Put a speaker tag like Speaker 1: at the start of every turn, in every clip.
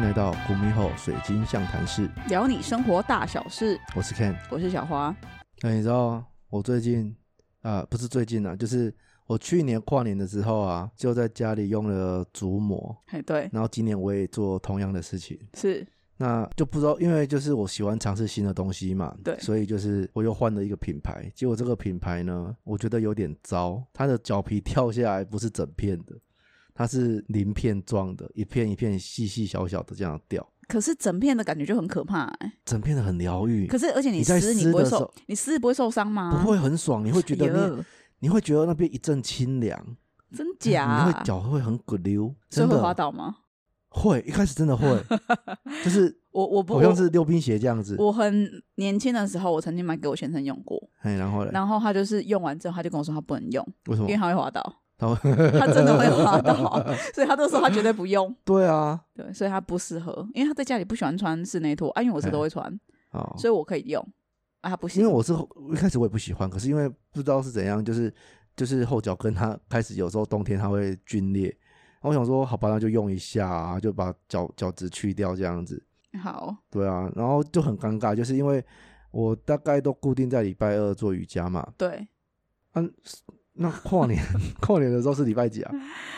Speaker 1: 来到古米后水晶象谈室，
Speaker 2: 聊你生活大小事，
Speaker 1: 我是 Ken。
Speaker 2: 我是小花。
Speaker 1: 那哎你知道我最近啊、呃不是最近啊，就是我去年跨年的时候啊，就在家里用了足膜，
Speaker 2: 哎，对，
Speaker 1: 然后今年我也做同样的事情。
Speaker 2: 是
Speaker 1: 那就不知道，因为就是我喜欢尝试新的东西嘛，
Speaker 2: 对
Speaker 1: 所以就是我又换了一个品牌，结果这个品牌呢，我觉得有点糟，它的脚皮跳下来不是整片的，它是鳞片状的，一片一片细细小小的这样掉，
Speaker 2: 可是整片的感觉就很可怕、欸。
Speaker 1: 整片的很疗愈，
Speaker 2: 可是，而且你
Speaker 1: 你在
Speaker 2: 撕，你
Speaker 1: 撕
Speaker 2: 不会
Speaker 1: 的时
Speaker 2: 受
Speaker 1: 候，
Speaker 2: 你撕不会受伤吗？
Speaker 1: 不会很爽，你会觉得
Speaker 2: 哎
Speaker 1: 你、
Speaker 2: 呦
Speaker 1: 你会觉得那边一阵清凉，
Speaker 2: 真 假、
Speaker 1: 你会脚会很骨溜，
Speaker 2: 所
Speaker 1: 真
Speaker 2: 以会滑
Speaker 1: 的
Speaker 2: 倒吗？
Speaker 1: 会一开始真的 会，就是
Speaker 2: 我我不，
Speaker 1: 好像是溜冰鞋这样子，
Speaker 2: 我我很年轻的时候，我曾经买给我先生用过，
Speaker 1: 哎，然后嘞，
Speaker 2: 然后他就是用完之后，他就跟我说他不能用，
Speaker 1: 为什么
Speaker 2: 因为？他会滑倒，
Speaker 1: 然后
Speaker 2: 他真的会滑倒， 所以他都说他绝对不用，
Speaker 1: 对啊，
Speaker 2: 对，所以他不适合，因为他在家里不喜欢穿室内拖，啊，因为我是都会穿，
Speaker 1: 好。
Speaker 2: 所以我可以用，啊，他不
Speaker 1: 哎哦因为
Speaker 2: 行，
Speaker 1: 我是后一开始我也不喜欢，可是因为不知道是怎样，就是就是后脚跟它开始有时候冬天它会皲裂，然后我想说好吧，那就用一下、啊，就把脚脚趾去掉这样子，
Speaker 2: 好，
Speaker 1: 对啊，然后就很尴尬，就是因为我大概都固定在礼拜二做瑜伽嘛，
Speaker 2: 对，
Speaker 1: 嗯、那跨年 跨年的时候是礼拜几啊？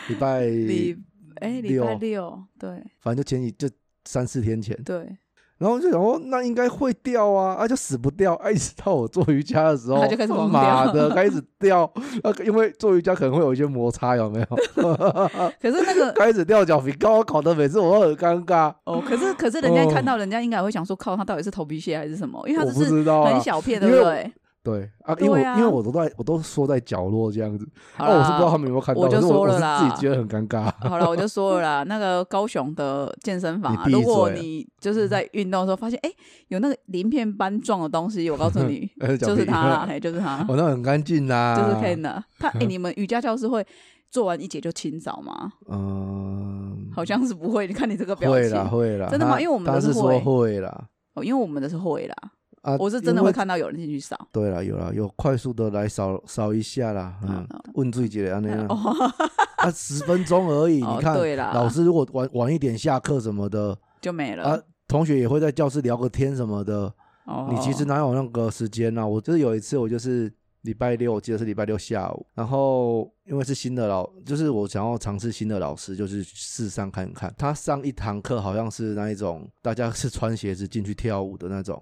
Speaker 1: 礼拜
Speaker 2: 礼哎礼拜
Speaker 1: 六
Speaker 2: 六，对
Speaker 1: 反正就前几就三四天前，
Speaker 2: 对，
Speaker 1: 然后就想哦，那应该会掉啊，啊就死不掉，啊一直到我做瑜伽的时候，
Speaker 2: 它就开始往掉
Speaker 1: 妈的开始掉，啊因为做瑜伽可能会有一些摩擦，有没 有？
Speaker 2: 可是那个
Speaker 1: 开始掉脚皮，刚好搞得每次我都很尴尬，
Speaker 2: 哦，可是可是人家
Speaker 1: 哦
Speaker 2: 看到人家应该会想说，靠，他到底是头皮屑还是什么？因为
Speaker 1: 我
Speaker 2: 他
Speaker 1: 不
Speaker 2: 只是
Speaker 1: 知道啊
Speaker 2: 很，小片，
Speaker 1: 因
Speaker 2: 对
Speaker 1: 为
Speaker 2: 不
Speaker 1: 我
Speaker 2: 对？
Speaker 1: 对啊，因为
Speaker 2: 对
Speaker 1: 我
Speaker 2: 啊
Speaker 1: 因为我都在我都缩在角落这样子，
Speaker 2: 好
Speaker 1: 啊我是不知道他
Speaker 2: 啦，
Speaker 1: 们有没有看到，
Speaker 2: 我就
Speaker 1: 可是
Speaker 2: 说
Speaker 1: 我
Speaker 2: 了
Speaker 1: 我
Speaker 2: 啦
Speaker 1: 是自己觉得很尴尬，
Speaker 2: 好了，我就说了啦，那个高雄的健身房、啊，
Speaker 1: 你闭
Speaker 2: 如果
Speaker 1: 嘴，
Speaker 2: 你就是在运动的时候发现，哎、有那个鳞片斑状的东西，我告诉你
Speaker 1: 呃脚
Speaker 2: 就是
Speaker 1: 皮哦
Speaker 2: 它啦，嘿，就是它，
Speaker 1: 我那很干净啊啦，
Speaker 2: 就是 Ken 的。 他哎、你们瑜伽教室会做完一节就清扫吗？
Speaker 1: 嗯，
Speaker 2: 好像是不会，你看你这个表
Speaker 1: 会
Speaker 2: 情，
Speaker 1: 啦会啦，
Speaker 2: 真的吗
Speaker 1: 他
Speaker 2: 因为我们
Speaker 1: 他
Speaker 2: 都
Speaker 1: 是
Speaker 2: 是
Speaker 1: 说
Speaker 2: 会
Speaker 1: 会啦。
Speaker 2: 哦，因为我们的是会啦，
Speaker 1: 啊，
Speaker 2: 我是真的
Speaker 1: 因
Speaker 2: 会
Speaker 1: 为
Speaker 2: 看到有人进去扫。
Speaker 1: 对啦，有啦，有快速的来扫扫一下啦，嗯，问最姐安那样，
Speaker 2: 啊哦，
Speaker 1: 啊，十分钟而 已，
Speaker 2: 哦
Speaker 1: 你看，
Speaker 2: 对啦
Speaker 1: 老师如果晚晚一点下课什么的，
Speaker 2: 就没了。
Speaker 1: 啊，同学也会在教室聊个天什么的，
Speaker 2: 哦，
Speaker 1: 你其实哪有那个时间呢、我就是有一次，我就是礼拜六，我记得是礼拜六下午，然后因为是新的老，就是我想要尝试新的老师，就是试上看看。他上一堂课好像是那一种大家是穿鞋子进去跳舞的那种，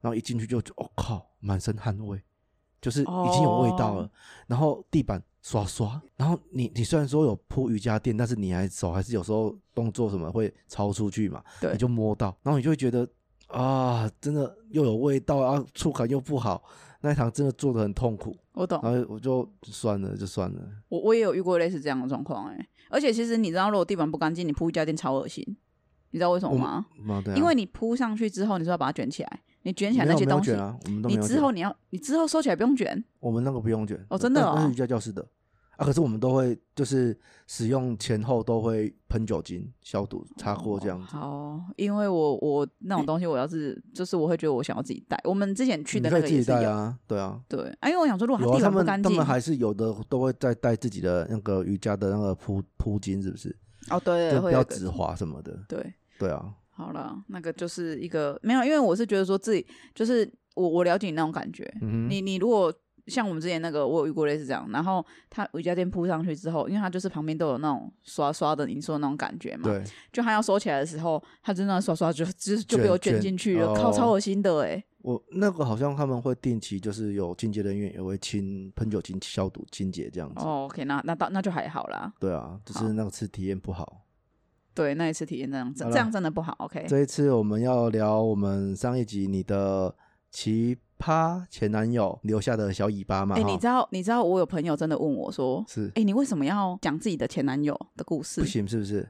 Speaker 1: 然后一进去就我、哦、靠，满身汗味，就是已经有味道了。
Speaker 2: 哦
Speaker 1: 然后地板刷刷，然后你你虽然说有铺瑜伽垫，但是你还手还是有时候动作什么会超出去嘛，
Speaker 2: 对
Speaker 1: 你就摸到，然后你就会觉得啊，真的又有味道啊，触感又不好，那一堂真的做的很痛苦，
Speaker 2: 我懂
Speaker 1: 然。后我就算了，就算了，
Speaker 2: 我我也有遇过类似这样的状况哎，而且其实你知道，如果地板不干净，你铺瑜伽垫超恶心，你知道为什么吗？
Speaker 1: 妈的、啊，
Speaker 2: 因为你铺上去之后，你是要把它卷起来，你卷起来
Speaker 1: 没
Speaker 2: 那
Speaker 1: 有
Speaker 2: 些
Speaker 1: 没有
Speaker 2: 东西，
Speaker 1: 卷啊，我们都没
Speaker 2: 你
Speaker 1: 有
Speaker 2: 之
Speaker 1: 卷，
Speaker 2: 后你要你之后收起来不用卷，
Speaker 1: 我们那个不用卷，
Speaker 2: 哦真的
Speaker 1: 那那
Speaker 2: 哦
Speaker 1: 是瑜伽教室的。啊，可是我们都会就是使用前后都会喷酒精消毒擦过这样子。
Speaker 2: 哦，因为我我那种东西，我要是就是我会觉得我想要自己带。我们之前去的
Speaker 1: 你可
Speaker 2: 那
Speaker 1: 以
Speaker 2: 个
Speaker 1: 自
Speaker 2: 也
Speaker 1: 己
Speaker 2: 是
Speaker 1: 带
Speaker 2: 有，
Speaker 1: 啊，对啊，
Speaker 2: 对，啊，因为我想说，如果
Speaker 1: 有
Speaker 2: 它
Speaker 1: 啊，
Speaker 2: 地
Speaker 1: 他
Speaker 2: 板不
Speaker 1: 们
Speaker 2: 干
Speaker 1: 他
Speaker 2: 净
Speaker 1: 们，还是有的都会再带自己的那个瑜伽的那个铺铺巾，是不是？
Speaker 2: 哦，对，
Speaker 1: 就不
Speaker 2: 会
Speaker 1: 要
Speaker 2: 有一个
Speaker 1: 直滑什么的。
Speaker 2: 对，
Speaker 1: 对啊，
Speaker 2: 好了，那个就是一个没有，因为我是觉得说自己就是我我了解你那种感觉，
Speaker 1: 嗯哼，
Speaker 2: 你你如果像我们之前那个，我有遇过类似这样，然后他瑜伽垫铺上去之后，因为它就是旁边都有那种刷刷的，你说的那种感觉嘛，
Speaker 1: 对，
Speaker 2: 就他要收起来的时候，他真的刷刷就就就被
Speaker 1: 卷
Speaker 2: 我卷
Speaker 1: 卷
Speaker 2: 进去了，
Speaker 1: 哦
Speaker 2: 靠，超恶心的哎、
Speaker 1: 我那个好像他们会定期就是有清洁人员也会清喷酒精消毒清洁这样子。
Speaker 2: 哦，OK，那那到那就还好啦，
Speaker 1: 对啊，只是那次体验不好。
Speaker 2: 对，那一次体验这样真
Speaker 1: 好啦
Speaker 2: 这样真的不好，OK，
Speaker 1: 这一次我们要聊我们上一集你的奇葩前男友留下的小尾巴嘛？
Speaker 2: 哎、你
Speaker 1: 哈
Speaker 2: 知道你知道我有朋友真的问我说，
Speaker 1: 是
Speaker 2: 哎、你为什么要讲自己的前男友的故事
Speaker 1: 不？行是不是？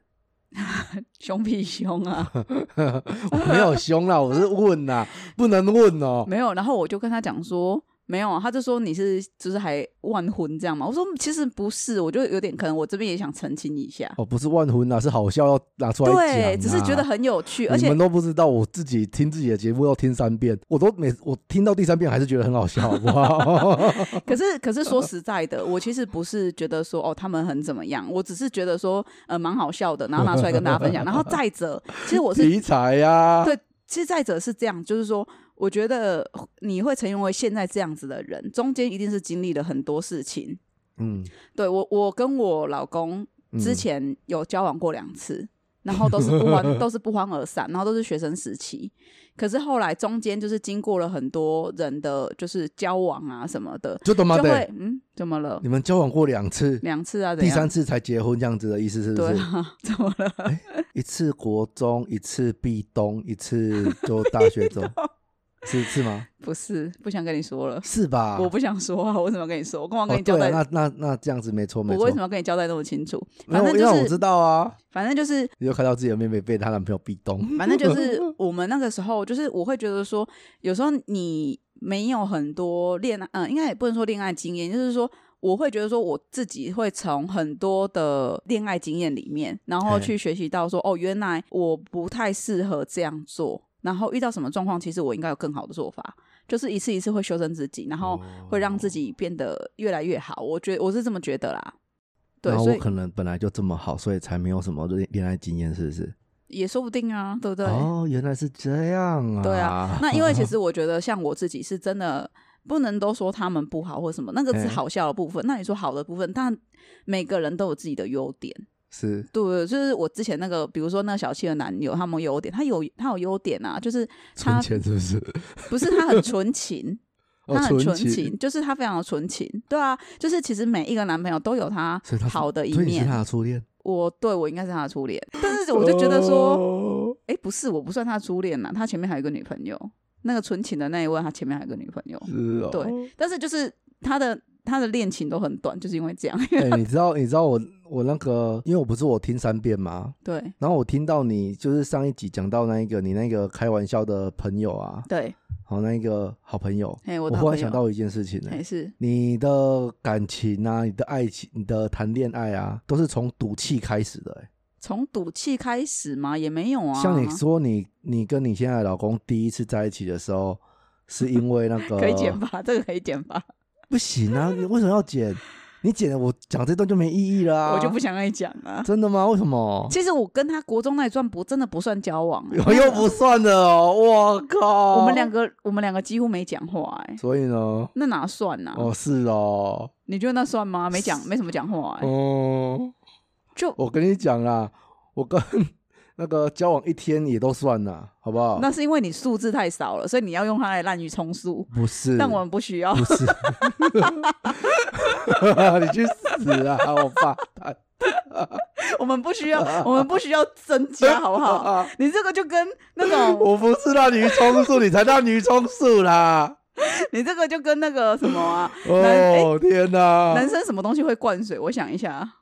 Speaker 2: 凶屁凶啊！
Speaker 1: 我没有凶啦，我是问啦，不能问哦。
Speaker 2: 没有，然后我就跟他讲说，没有，啊他就说你是就是还万婚这样嘛。我说嗯其实不是，我就有点可能我这边也想澄清一下。
Speaker 1: 哦，不是万婚啦，是好笑要拿出来讲、啊。
Speaker 2: 对，只是觉得很有趣，而
Speaker 1: 你
Speaker 2: 且
Speaker 1: 们都不知道，我自己听自己的节目要听三遍，我都每我听到第三遍还是觉得很好笑，好不 好？
Speaker 2: 可是可是说实在的，我其实不是觉得说哦他们很怎么样，我只是觉得说呃蛮好笑的，然后拿出来跟大家 分享。然后再者，其实我是
Speaker 1: 题材啊呀，
Speaker 2: 对其实再者是这样，就是说，我觉得你会成为现在这样子的人，中间一定是经历了很多事情。
Speaker 1: 嗯，
Speaker 2: 对我，我跟我老公
Speaker 1: 嗯
Speaker 2: 之前有交往过两次，然后都是不 欢，都是不欢而散，然后都是学生时期。可是后来中间就是经过了很多人的就是交往啊什么的，
Speaker 1: 就他妈
Speaker 2: 就
Speaker 1: 的，
Speaker 2: 会嗯怎么了
Speaker 1: 你们交往过两次，
Speaker 2: 两次啊？怎
Speaker 1: 第
Speaker 2: 样
Speaker 1: 三次才结婚，这样子的意思是不
Speaker 2: 对
Speaker 1: 是？
Speaker 2: 啊， 怎么了？
Speaker 1: 一次国中，一次壁咚，一次就大学 中，是是吗？
Speaker 2: 不是不想跟你说了，
Speaker 1: 是吧？
Speaker 2: 我不想说啊，我怎么跟你说？我干嘛
Speaker 1: 哦
Speaker 2: 跟你交
Speaker 1: 对
Speaker 2: 代？
Speaker 1: 啊那那那这样子没错没
Speaker 2: 我
Speaker 1: 错
Speaker 2: 为什，么要跟你交代那么清楚？
Speaker 1: 没有
Speaker 2: 反正
Speaker 1: 因
Speaker 2: 就
Speaker 1: 为我
Speaker 2: 是
Speaker 1: 知道啊，
Speaker 2: 反正就是，
Speaker 1: 你就看到自己的妹妹被她男朋友壁咚，
Speaker 2: 反正 就是我们那个时候，就是我会觉得说，有时候你没有很多恋爱，嗯、应该也不能说恋爱经验，就是说。我会觉得说，我自己会从很多的恋爱经验里面，然后去学习到说，哦，原来我不太适合这样做。然后遇到什么状况，其实我应该有更好的做法，就是一次一次会修正自己，然后会让
Speaker 1: 哦
Speaker 2: 自己变得越来越好。我觉得我是这么觉得啦。对
Speaker 1: 然，后
Speaker 2: 所
Speaker 1: 我
Speaker 2: 以
Speaker 1: 可能本来就这么好，所以才没有什么恋恋爱经验，是不是？
Speaker 2: 也说不定啊，对不对？
Speaker 1: 哦，原来是这样啊。
Speaker 2: 对 啊，那因为其实我觉得，像我自己是真的不能都说他们不好或什么，那个是
Speaker 1: 哎
Speaker 2: 好笑的部分。那你说好的部分，但每个人都有自己的优点。
Speaker 1: 是
Speaker 2: 对就是我之前那个，比如说那个小气的男友，他们有优点，他有他有优点啊，就是
Speaker 1: 存
Speaker 2: 他
Speaker 1: 钱是不是？
Speaker 2: 不是他很 纯情，
Speaker 1: 哦
Speaker 2: 他很
Speaker 1: 存
Speaker 2: 纯情，就是他非常的纯情。对啊，就是其实每一个男朋友都有他
Speaker 1: 所以他是
Speaker 2: 好的一
Speaker 1: 所以你是
Speaker 2: 面。
Speaker 1: 他的初恋。
Speaker 2: 我对我应该是他的初恋，但是我就觉得说。
Speaker 1: 哦
Speaker 2: 哎，不是，我不算他初恋啦，他前面还有一个女朋友，那个纯情的那一位，他前面还有一个女朋友，
Speaker 1: 是哦，
Speaker 2: 对，但是就是他的他的恋情都很短，就是因为这样，
Speaker 1: 哎、你知道，你知道我我那个，因为我不是我听三遍吗？
Speaker 2: 对
Speaker 1: 然后我听到你就是上一集讲到那一个你那个开玩笑的朋友啊，
Speaker 2: 对，
Speaker 1: 好那一个好朋友，
Speaker 2: 哎，我
Speaker 1: 我
Speaker 2: 的
Speaker 1: 忽然
Speaker 2: 好朋
Speaker 1: 想
Speaker 2: 友
Speaker 1: 到一件事情呢、
Speaker 2: 还是
Speaker 1: 你的感情啊，你的爱情，你的谈恋爱啊，都是从赌气开始的、欸。
Speaker 2: 从赌气开始吗？也没有啊，
Speaker 1: 像你说你，你跟你现在的老公第一次在一起的时候，是因为那个
Speaker 2: 可以剪吧，这个可以剪吧，
Speaker 1: 不行啊，你为什么要剪？你剪了我讲这段就没意义了、啊。
Speaker 2: 我就不想跟你讲了。
Speaker 1: 真的吗？为什么？，
Speaker 2: 其实我跟他国中那一段不真的不算交往啊
Speaker 1: 又哎不算的哦，我靠！
Speaker 2: 我们两，个我们两个几乎没讲话，哎，
Speaker 1: 所以呢，
Speaker 2: 那哪算呢？
Speaker 1: 哦是哦，
Speaker 2: 你觉得那算吗？没讲，没什么讲话，哎，
Speaker 1: 嗯，
Speaker 2: 就
Speaker 1: 我跟你讲啦，我跟那个交往一天也都算啦，好不好？
Speaker 2: 那是因为你数字太少了，所以你要用它来滥竽充数。
Speaker 1: 不是，
Speaker 2: 但我们不需要
Speaker 1: 不，是， 你去死啊！我爸蛋，
Speaker 2: 我们不需要，我们不需要增 加，好不好？ 你这个就跟那种，
Speaker 1: 我不是让你去充数，你才让你去充数啦！
Speaker 2: 你这个就跟那个什 么啊，
Speaker 1: 哦天哪，
Speaker 2: 男生什么东西会灌水？我想一下，啊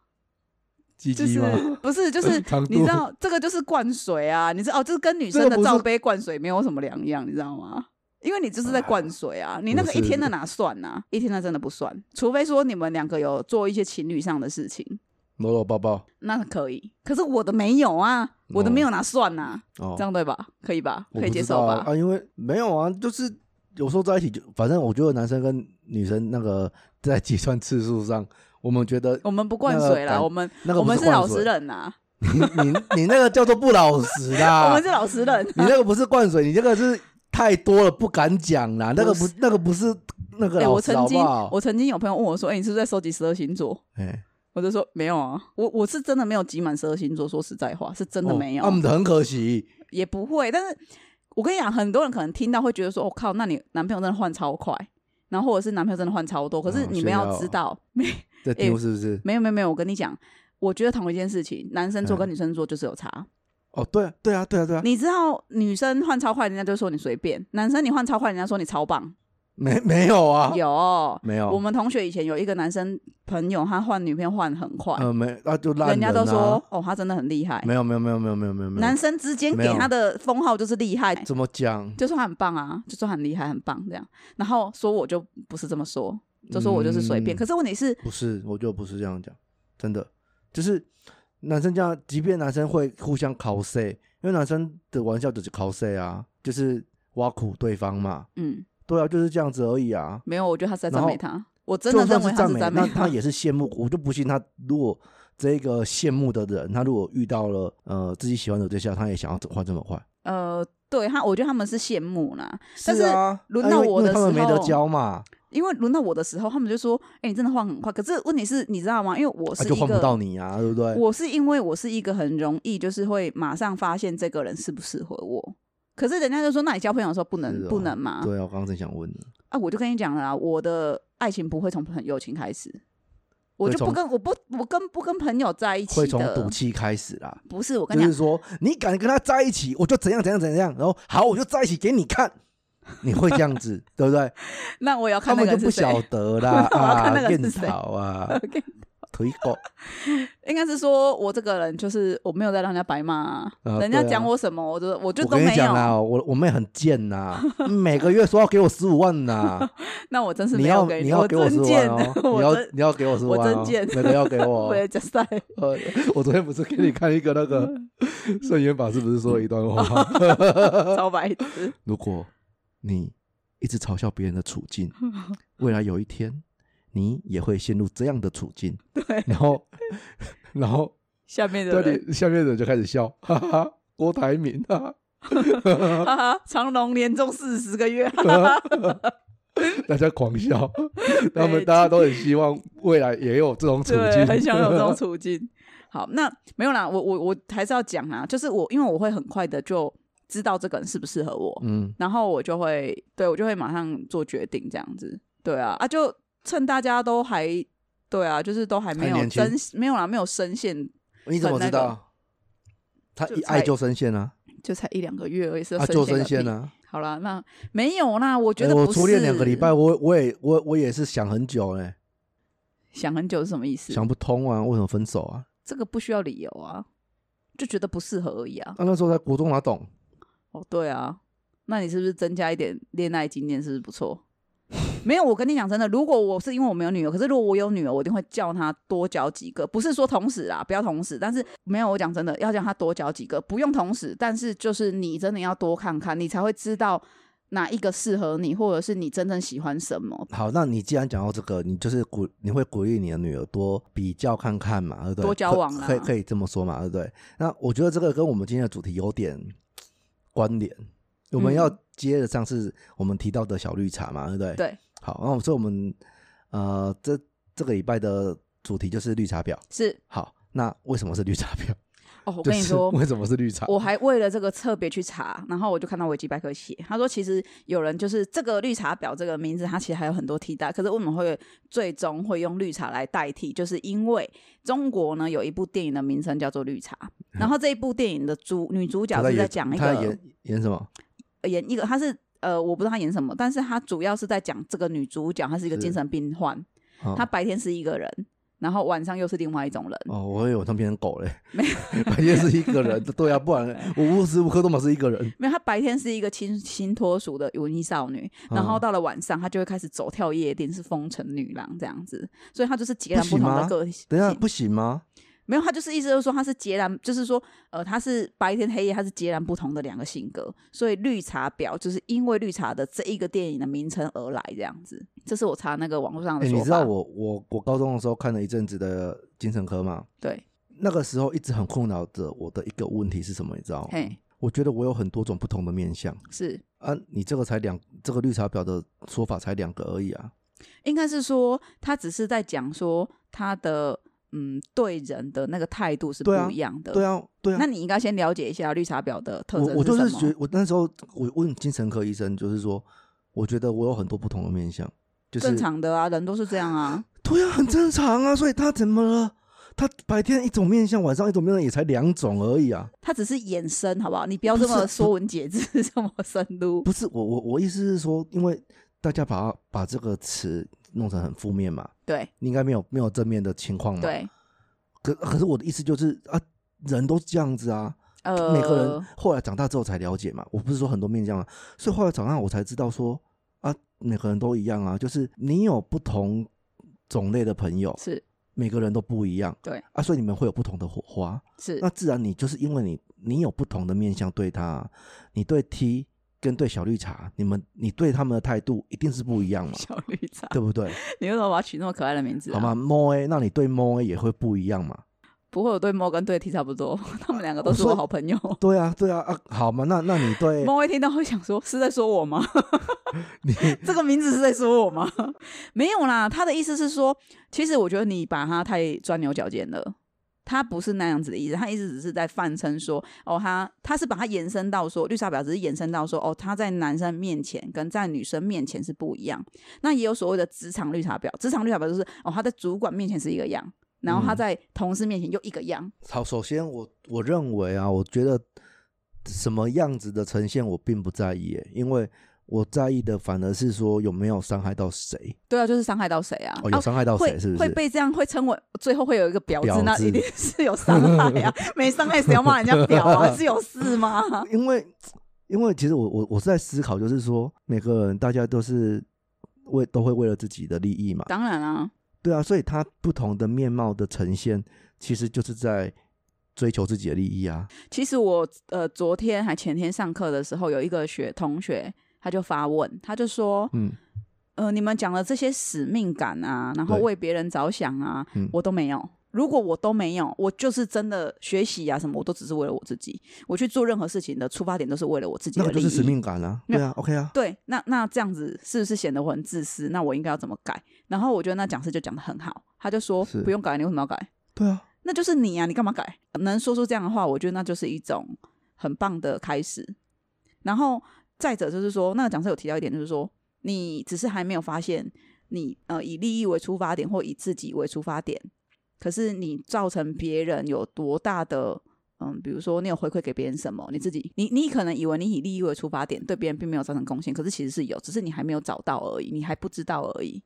Speaker 1: 鸡
Speaker 2: 就
Speaker 1: 鸡
Speaker 2: 是
Speaker 1: 吗？
Speaker 2: 不是 就是
Speaker 1: 长度
Speaker 2: 你知道这个就是灌水啊，你知道哦，这跟女生
Speaker 1: 这个
Speaker 2: 的
Speaker 1: 不是
Speaker 2: 罩杯灌水没有什么两样，你知道吗？因为你就是在灌水啊，你那个
Speaker 1: 不是
Speaker 2: 一天的哪算啊？一天的真的不算，除非说你们两个有做一些情侣上的事情，
Speaker 1: 搂搂抱抱
Speaker 2: 那可以。可是我的没有啊，我的没有哪算啊？
Speaker 1: 哦
Speaker 2: 这，样对吧？可以吧？
Speaker 1: 我
Speaker 2: 可以
Speaker 1: 不
Speaker 2: 接
Speaker 1: 知
Speaker 2: 受
Speaker 1: 道
Speaker 2: 吧？
Speaker 1: 啊啊，因为没有啊，就是有时候在一起就，反正我觉得男生跟女生那个在计算次数上，我们觉得
Speaker 2: 我们不灌
Speaker 1: 那
Speaker 2: 水啦，
Speaker 1: 感
Speaker 2: 我们
Speaker 1: 那个
Speaker 2: 我
Speaker 1: 不
Speaker 2: 们
Speaker 1: 是
Speaker 2: 是
Speaker 1: 灌
Speaker 2: 老实
Speaker 1: 水
Speaker 2: 人呐，
Speaker 1: 你你你那个叫做不老实啦，
Speaker 2: 我们是老实人。啊
Speaker 1: 你那个不是灌水，你这个是太多了，不敢讲啦，那个
Speaker 2: 不
Speaker 1: 不那个不是那个
Speaker 2: 哎，
Speaker 1: 老
Speaker 2: 我
Speaker 1: 实
Speaker 2: 曾
Speaker 1: 好不
Speaker 2: 经
Speaker 1: 好？
Speaker 2: 我曾经有朋友问我说：“哎，你是不是在收集十二星座
Speaker 1: 哎，？”
Speaker 2: 我就说：“没有啊，我我是真的没有集满十二星座。说实在话，是真的
Speaker 1: 哦
Speaker 2: 没有
Speaker 1: 那，么很可惜，
Speaker 2: 也不会。但是我跟你讲，很多人可能听到会觉得说：‘我、哦靠，那你男朋友真的换超快。’然后或者是男朋友真的换超多。可是
Speaker 1: 哦
Speaker 2: 你
Speaker 1: 炫
Speaker 2: 们要
Speaker 1: 耀
Speaker 2: 知道，
Speaker 1: 这
Speaker 2: 哎
Speaker 1: 题目是不是？
Speaker 2: 没有没有没有，我跟你讲，我觉得同一件事情，男生做
Speaker 1: 嗯
Speaker 2: 跟女生做就是有差。
Speaker 1: 哦，对啊对啊对啊对啊，
Speaker 2: 你知道女生换超快，人家就说你随便；男生你换超快，人家说你超棒。
Speaker 1: 没没有啊？
Speaker 2: 有，
Speaker 1: 没有？
Speaker 2: 我们同学以前有一个男生朋友，他换女朋友换很快，
Speaker 1: 呃没，那、就烂、啊、
Speaker 2: 人家都说哦，他真的很厉害。
Speaker 1: 没有没有没有没有没有没有没有
Speaker 2: 男，生之间
Speaker 1: 没
Speaker 2: 给
Speaker 1: 有
Speaker 2: 他的封号就是厉害，
Speaker 1: 怎么讲？
Speaker 2: 就说他很棒啊，就说他很厉害很棒这样。然后说我就不是这么说，就说我就是随便。
Speaker 1: 嗯
Speaker 2: 可是问题是，
Speaker 1: 不是，我就不是这样讲，真的，就是男生这样，即便男生会互相 cos，因为男生的玩笑就是 cos 啊，就是挖苦对方嘛，
Speaker 2: 嗯，
Speaker 1: 对啊，就是这样子而已啊。
Speaker 2: 没有，我觉得他是在
Speaker 1: 然
Speaker 2: 赞
Speaker 1: 后
Speaker 2: 美他，我真的
Speaker 1: 就算
Speaker 2: 认
Speaker 1: 是
Speaker 2: 为他
Speaker 1: 赞
Speaker 2: 是
Speaker 1: 美，
Speaker 2: 赞
Speaker 1: 那
Speaker 2: 美
Speaker 1: 他也是羡慕，我就不信他如果这个羡慕的人，他如果遇到了呃自己喜欢的对象，他也想要换这么快。
Speaker 2: 呃，对他，我觉得他们是羡慕啦，但
Speaker 1: 是啊，
Speaker 2: 轮
Speaker 1: 啊
Speaker 2: 到
Speaker 1: 因为
Speaker 2: 我
Speaker 1: 因为
Speaker 2: 的
Speaker 1: 他们
Speaker 2: 时
Speaker 1: 没得
Speaker 2: 候
Speaker 1: 教嘛，
Speaker 2: 因为轮到我的时候，他们就说：“哎、你真的换很快。”可是问题是，你知道吗？因为我
Speaker 1: 啊
Speaker 2: 是
Speaker 1: 就
Speaker 2: 一
Speaker 1: 换不
Speaker 2: 个，
Speaker 1: 到你啊，对不对？
Speaker 2: 我是因为我是一个很容易就是会马上发现这个人适不适合我。可是人家就说：“那你交朋友的时候不能、
Speaker 1: 是哦
Speaker 2: 不能嘛？”
Speaker 1: 对啊，我刚刚正想问呢，
Speaker 2: 啊，我就跟你讲了啊，我的爱情不会从朋友情开始，我
Speaker 1: 会
Speaker 2: 就不
Speaker 1: 从
Speaker 2: 跟我不我跟不跟朋友在一起
Speaker 1: 会从
Speaker 2: 的
Speaker 1: 赌，气开始啦。
Speaker 2: 不是我跟
Speaker 1: 就
Speaker 2: 你
Speaker 1: 是
Speaker 2: 讲，
Speaker 1: 说，你敢跟他在一起，我就怎样怎样怎样，然后好，我就在一起给你看，你会这样 子，对不对？
Speaker 2: 那我也要
Speaker 1: 他
Speaker 2: 看那
Speaker 1: 们
Speaker 2: 个
Speaker 1: 就
Speaker 2: 人
Speaker 1: 不
Speaker 2: 是谁
Speaker 1: 晓。得 啦
Speaker 2: 我要看那
Speaker 1: 啊，
Speaker 2: 个人
Speaker 1: 电
Speaker 2: 是谁
Speaker 1: 草 啊，
Speaker 2: OK，
Speaker 1: 推狗，
Speaker 2: 应该是说我这个人就是我没有在让人家白骂、啊，
Speaker 1: 啊
Speaker 2: 人家
Speaker 1: 对啊
Speaker 2: 讲我什么，我就我就
Speaker 1: 我
Speaker 2: 都
Speaker 1: 跟你
Speaker 2: 没有。
Speaker 1: 讲啦，我我妹很贱呐，每个月说要给我十五万呐，
Speaker 2: 那 我真是
Speaker 1: 你
Speaker 2: 没有
Speaker 1: 要
Speaker 2: 给
Speaker 1: 你要给
Speaker 2: 我
Speaker 1: 十
Speaker 2: 真
Speaker 1: 五
Speaker 2: 贱
Speaker 1: 万 哦，
Speaker 2: 我
Speaker 1: 你要
Speaker 2: 真
Speaker 1: 你要给我十五
Speaker 2: 我
Speaker 1: 万
Speaker 2: 真
Speaker 1: 哦，
Speaker 2: 贱
Speaker 1: 每个要给我
Speaker 2: 我
Speaker 1: 哦。
Speaker 2: 也假赛。
Speaker 1: 呃，我昨天不是给你看一个那 个圣严法师不是说了一段话？
Speaker 2: 超白痴。
Speaker 1: 如果你一直嘲笑别人的处境， 未来有一天你也会陷入这样的处境。
Speaker 2: 对，
Speaker 1: 然后， 然后
Speaker 2: 下面的
Speaker 1: 对
Speaker 2: 人，
Speaker 1: 你下面的人就开始笑，哈哈，郭台铭啊，
Speaker 2: 哈哈，长隆连中四十 个月，
Speaker 1: 大家狂笑，他们大家都很希望未来也有这种处
Speaker 2: 对，
Speaker 1: 境，
Speaker 2: 很想有 这种处境。好，那没有啦，我我我还是要讲啦，就是我因为我会很快的就知道这个人适不适合我，
Speaker 1: 嗯，
Speaker 2: 然后我就会对我就会马上做决定，这样子。对啊，啊，就趁大家都还对啊，就是都还没
Speaker 1: 还
Speaker 2: 有
Speaker 1: 年轻
Speaker 2: 深没有啦，没有深陷，
Speaker 1: 你怎么知
Speaker 2: 很那
Speaker 1: 道？他
Speaker 2: 就
Speaker 1: 一
Speaker 2: 才
Speaker 1: 爱就深陷啊，
Speaker 2: 就才一两个月而已，是
Speaker 1: 啊就深
Speaker 2: 深陷
Speaker 1: 陷
Speaker 2: 了。
Speaker 1: 啊！
Speaker 2: 好啦，那没有啦，我觉
Speaker 1: 哎
Speaker 2: 得
Speaker 1: 我
Speaker 2: 不
Speaker 1: 初恋两
Speaker 2: 是
Speaker 1: 个礼拜，我我也我我也是想很久嘞，
Speaker 2: 想很久是什么意思？
Speaker 1: 想不通啊，为什么分手啊？
Speaker 2: 这个不需要理由啊，就觉得不适合而已啊。
Speaker 1: 啊，那时候在国中哪懂？
Speaker 2: 哦，对啊，那你是不是增加一点恋爱经验，是不是不错？没有，我跟你讲真的，如果我是因为我没有女儿，可是如果我有女儿，我一定会叫她多交几个，不是说同时啊，不要同时，但是没有，我讲真的，要叫她多交几个，不用同时，但是就是你真的要多看看，你才会知道哪一个适合你，或者是你真正喜欢什么。
Speaker 1: 好，那你既然讲到这个，你就是鼓，你会鼓励你的女儿多比较看看嘛，对不对？
Speaker 2: 多交
Speaker 1: 可
Speaker 2: 往啦
Speaker 1: 可以可以这么说嘛，对不对？那我觉得这个跟我们今天的主题有点关联，我们要接着上次我们提到的小绿茶嘛，对不对？。
Speaker 2: 嗯对，
Speaker 1: 好，那我所以我们呃，这这个礼拜的主题就是绿茶婊。
Speaker 2: 是
Speaker 1: 好，那为什么是绿茶婊？
Speaker 2: 哦，我
Speaker 1: 就
Speaker 2: 跟你
Speaker 1: 是
Speaker 2: 说，
Speaker 1: 为什么是绿茶？
Speaker 2: 我还为了这个特别去查，然后我就看到维基百科写，他说其实有人就是这个绿茶婊这个名字，它其实还有很多替代，可是我们会最终会用绿茶来代替，就是因为中国呢有一部电影的名称叫做《绿茶》，然后这一部电影的主女主
Speaker 1: 嗯
Speaker 2: 角
Speaker 1: 他在
Speaker 2: 是
Speaker 1: 演
Speaker 2: 在讲一
Speaker 1: 他在
Speaker 2: 个
Speaker 1: 演演什么？
Speaker 2: 呃演一个，她是呃我不知道她演什么，但是她主要是在讲这个女主角她是一个
Speaker 1: 是
Speaker 2: 精神病患，
Speaker 1: 哦
Speaker 2: 她白天是一个人，然后晚上又是另外一种人，
Speaker 1: 哦，我以为他们变成狗嘞，
Speaker 2: 嗯没
Speaker 1: 白天是一个人，对啊，不然我无时无刻都嘛是一个人。
Speaker 2: 没有，她白天是一个清新脱俗的文艺少女，然后
Speaker 1: 嗯
Speaker 2: 到了晚上，她就会开始走跳夜店，是风尘女郎这样子，所以她就是截
Speaker 1: 不
Speaker 2: 然不
Speaker 1: 行
Speaker 2: 同的
Speaker 1: 吗
Speaker 2: 个性。
Speaker 1: 等一下不行吗？
Speaker 2: 没有，她就是意思就是说，她是截然，就是说，呃，她是白天黑夜，她是截然不同的两个性格。所以绿茶婊就是因为绿茶的这一个电影的名称而来这样子，这是我查那个网络上的
Speaker 1: 哎、
Speaker 2: 说法。
Speaker 1: 你知道我我我高中的时候看了一阵子的精神科嘛？
Speaker 2: 对，
Speaker 1: 那个时候一直很困扰着我的一个问题是什么？你知道吗？
Speaker 2: 嘿，
Speaker 1: 我觉得我有很多种不同的面相
Speaker 2: 是
Speaker 1: 啊，你这个才两，这个绿茶婊的说法才两个而已啊。
Speaker 2: 应该是说，她只是在讲说她的嗯对人的那个态度是不
Speaker 1: 对啊
Speaker 2: 一样的。
Speaker 1: 对啊，对啊
Speaker 2: 呃那。你应该先了解一下绿茶婊的特
Speaker 1: 我
Speaker 2: 征
Speaker 1: 我就是
Speaker 2: 什
Speaker 1: 觉
Speaker 2: 么。
Speaker 1: 我那时候我问精神科医生，就是说，我觉得我有很多不同的面相，就是
Speaker 2: 正常的啊，人都是这 样啊。
Speaker 1: 对啊，很正常啊。所以他怎么了？他白天一种面相，晚上一种面相，也才两种而已啊。
Speaker 2: 他只是衍生，好不好？你不要这么
Speaker 1: 不是
Speaker 2: 说文解字，这么深入。
Speaker 1: 不是我我我意思是说，因为大家把它把这个词弄成很负面嘛，
Speaker 2: 对
Speaker 1: 你应该没有没有正面的情况嘛。。
Speaker 2: 对，
Speaker 1: 可可是我的意思就是啊，人都这样子啊，
Speaker 2: 呃，
Speaker 1: 每个人后来长大之后才了解嘛。我不是说很多面向啊，所以后来长大我才知道说啊，每个人都一样啊，就是你有不同种类的朋友，
Speaker 2: 是
Speaker 1: 每个人都不一样。
Speaker 2: 对
Speaker 1: 啊，所以你们会有不同的火花。
Speaker 2: 是，
Speaker 1: 那自然你就是因为你你有不同的面向对他啊，你对 T 跟对小绿茶，你们你对他们的态度一定是不一样嘛
Speaker 2: 小绿茶，
Speaker 1: 对不对？
Speaker 2: 你为什么把它取那么可爱的名啊字、啊？
Speaker 1: 好吗？摸 A，那你对摸 A 也会不一样嘛？
Speaker 2: 不会，我对猫跟对 T 差不多， 他们两个都是
Speaker 1: 我
Speaker 2: 我
Speaker 1: 说
Speaker 2: 好朋友。
Speaker 1: 对啊，对啊，啊，好嘛，那那你对
Speaker 2: 猫会听到会想说是在说我吗？
Speaker 1: 你
Speaker 2: 这个名字是在说我吗？ 没有啦，他的意思是说，其实我觉得你把他太钻牛角尖了。他不是那样子的意思，他意思只是在泛称说，哦，他他是把它延伸到说，绿茶婊只是延伸到说，哦，他在男生面前跟在女生面前是不一样。那也有所谓的职场绿茶婊，职场绿茶婊就是，哦，他在主管面前是一个样，然后他
Speaker 1: 嗯
Speaker 2: 在同事面前又一个样。
Speaker 1: 好，首先我我认为啊，我觉得什么样子的呈现我并不在意耶，因为我在意的反而是说有没有伤害到谁，
Speaker 2: 对啊，就是伤害到谁啊？
Speaker 1: 哦，
Speaker 2: 啊
Speaker 1: 有伤害到
Speaker 2: 会
Speaker 1: 谁是不
Speaker 2: 会
Speaker 1: 是？
Speaker 2: 被这样会称为最后会有一个婊子，
Speaker 1: 婊
Speaker 2: 那
Speaker 1: 子
Speaker 2: 一定是有伤害啊！没伤害谁要骂人家婊啊？是有事吗？
Speaker 1: 因为因为其实我我我是在思考，就是说每个人大家都是为都会为了自己的利益嘛，
Speaker 2: 当然啊，
Speaker 1: 对啊，所以他不同的面貌的呈现，其实就是在追求自己的利益啊。
Speaker 2: 其实我呃昨天还前天上课的时候，有一个学同学他就发问，他就说
Speaker 1: 嗯，：“
Speaker 2: 呃，你们讲的这些使命感啊，然后
Speaker 1: 对
Speaker 2: 为别人着想啊
Speaker 1: 嗯，
Speaker 2: 我都没有。”如果我都没有，我就是真的学习啊什么，我都只是为了我自己。我去做任何事情的出发点都是为了我自己
Speaker 1: 那
Speaker 2: 的
Speaker 1: 个
Speaker 2: 利益。
Speaker 1: 就是使命感啊，
Speaker 2: 没有
Speaker 1: 对啊，OK 啊，
Speaker 2: 对，那那这样子是不是显得我很自私？那我应该要怎么改？然后我觉得那讲师就讲的很好，他就说
Speaker 1: 是
Speaker 2: 不用改，你为什么要改？
Speaker 1: 对啊，
Speaker 2: 那就是你啊，你干嘛改？能说出这样的话，我觉得那就是一种很棒的开始。然后再者就是说，那个讲师有提到一点，就是说你只是还没有发现你呃以利益为出发点或以自己为出发点，可是你造成别人有多大的嗯，比如说你有回馈给别人什么，你自己你你可能以为你以利益为出发点，对别人并没有造成贡献，可是其实是有，只是你还没有找到而已，你还不知道而已。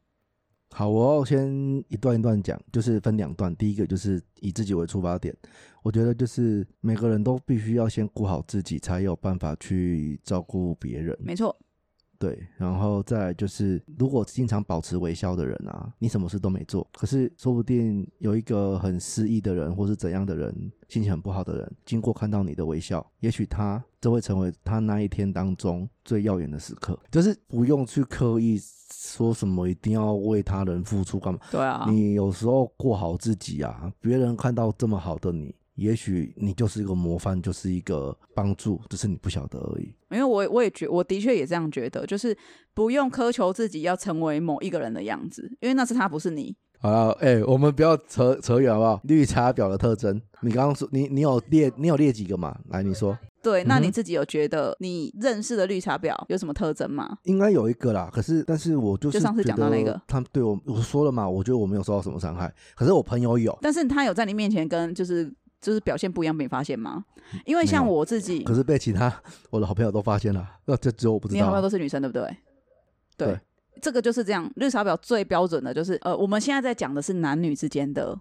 Speaker 1: 好，我要先一段一段讲，就是分两段。第一个就是以自己为出发点，我觉得就是每个人都必须要先顾好自己，才有办法去照顾别人。
Speaker 2: 没错，
Speaker 1: 对，然后再来就是，如果经常保持微笑的人啊，你什么事都没做，可是说不定有一个很失意的人，或是怎样的人，心情很不好的人，经过看到你的微笑，也许他这会成为他那一天当中最耀眼的时刻。就是不用去刻意说什么一定要为他人付出干嘛，
Speaker 2: 对啊
Speaker 1: 你有时候过好自己啊，别人看到这么好的你，也许你就是一个模范，就是一个帮助，只是你不晓得而已。
Speaker 2: 因为我我也觉，我的确也这样觉得，就是不用苛求自己要成为某一个人的样子，因为那是他，不是你。
Speaker 1: 好了，哎、我们不要扯扯远好不好？绿茶婊的特征，你刚刚说你你有列你有列几个嘛？来，你说
Speaker 2: 对，那
Speaker 1: 嗯哼
Speaker 2: 你自己有觉得你认识的绿茶婊有什么特征吗？
Speaker 1: 应该有一个啦。可是，但是我就是
Speaker 2: 就上次讲到那个，
Speaker 1: 他们对我我说了嘛，我觉得我没有受到什么伤害，可是我朋友有，
Speaker 2: 但是他有在你面前跟就是就是表现不一样被你发现吗？因为像
Speaker 1: 没有
Speaker 2: 我自己
Speaker 1: 可，是被其他我的好朋友都发现了，那这只有我不知
Speaker 2: 你好
Speaker 1: 道
Speaker 2: 朋友
Speaker 1: 啊。
Speaker 2: 都是女生，对不对？对，
Speaker 1: 对
Speaker 2: 这个就是这样。绿茶婊最标准的就是呃，我们现在在讲的是男女之间的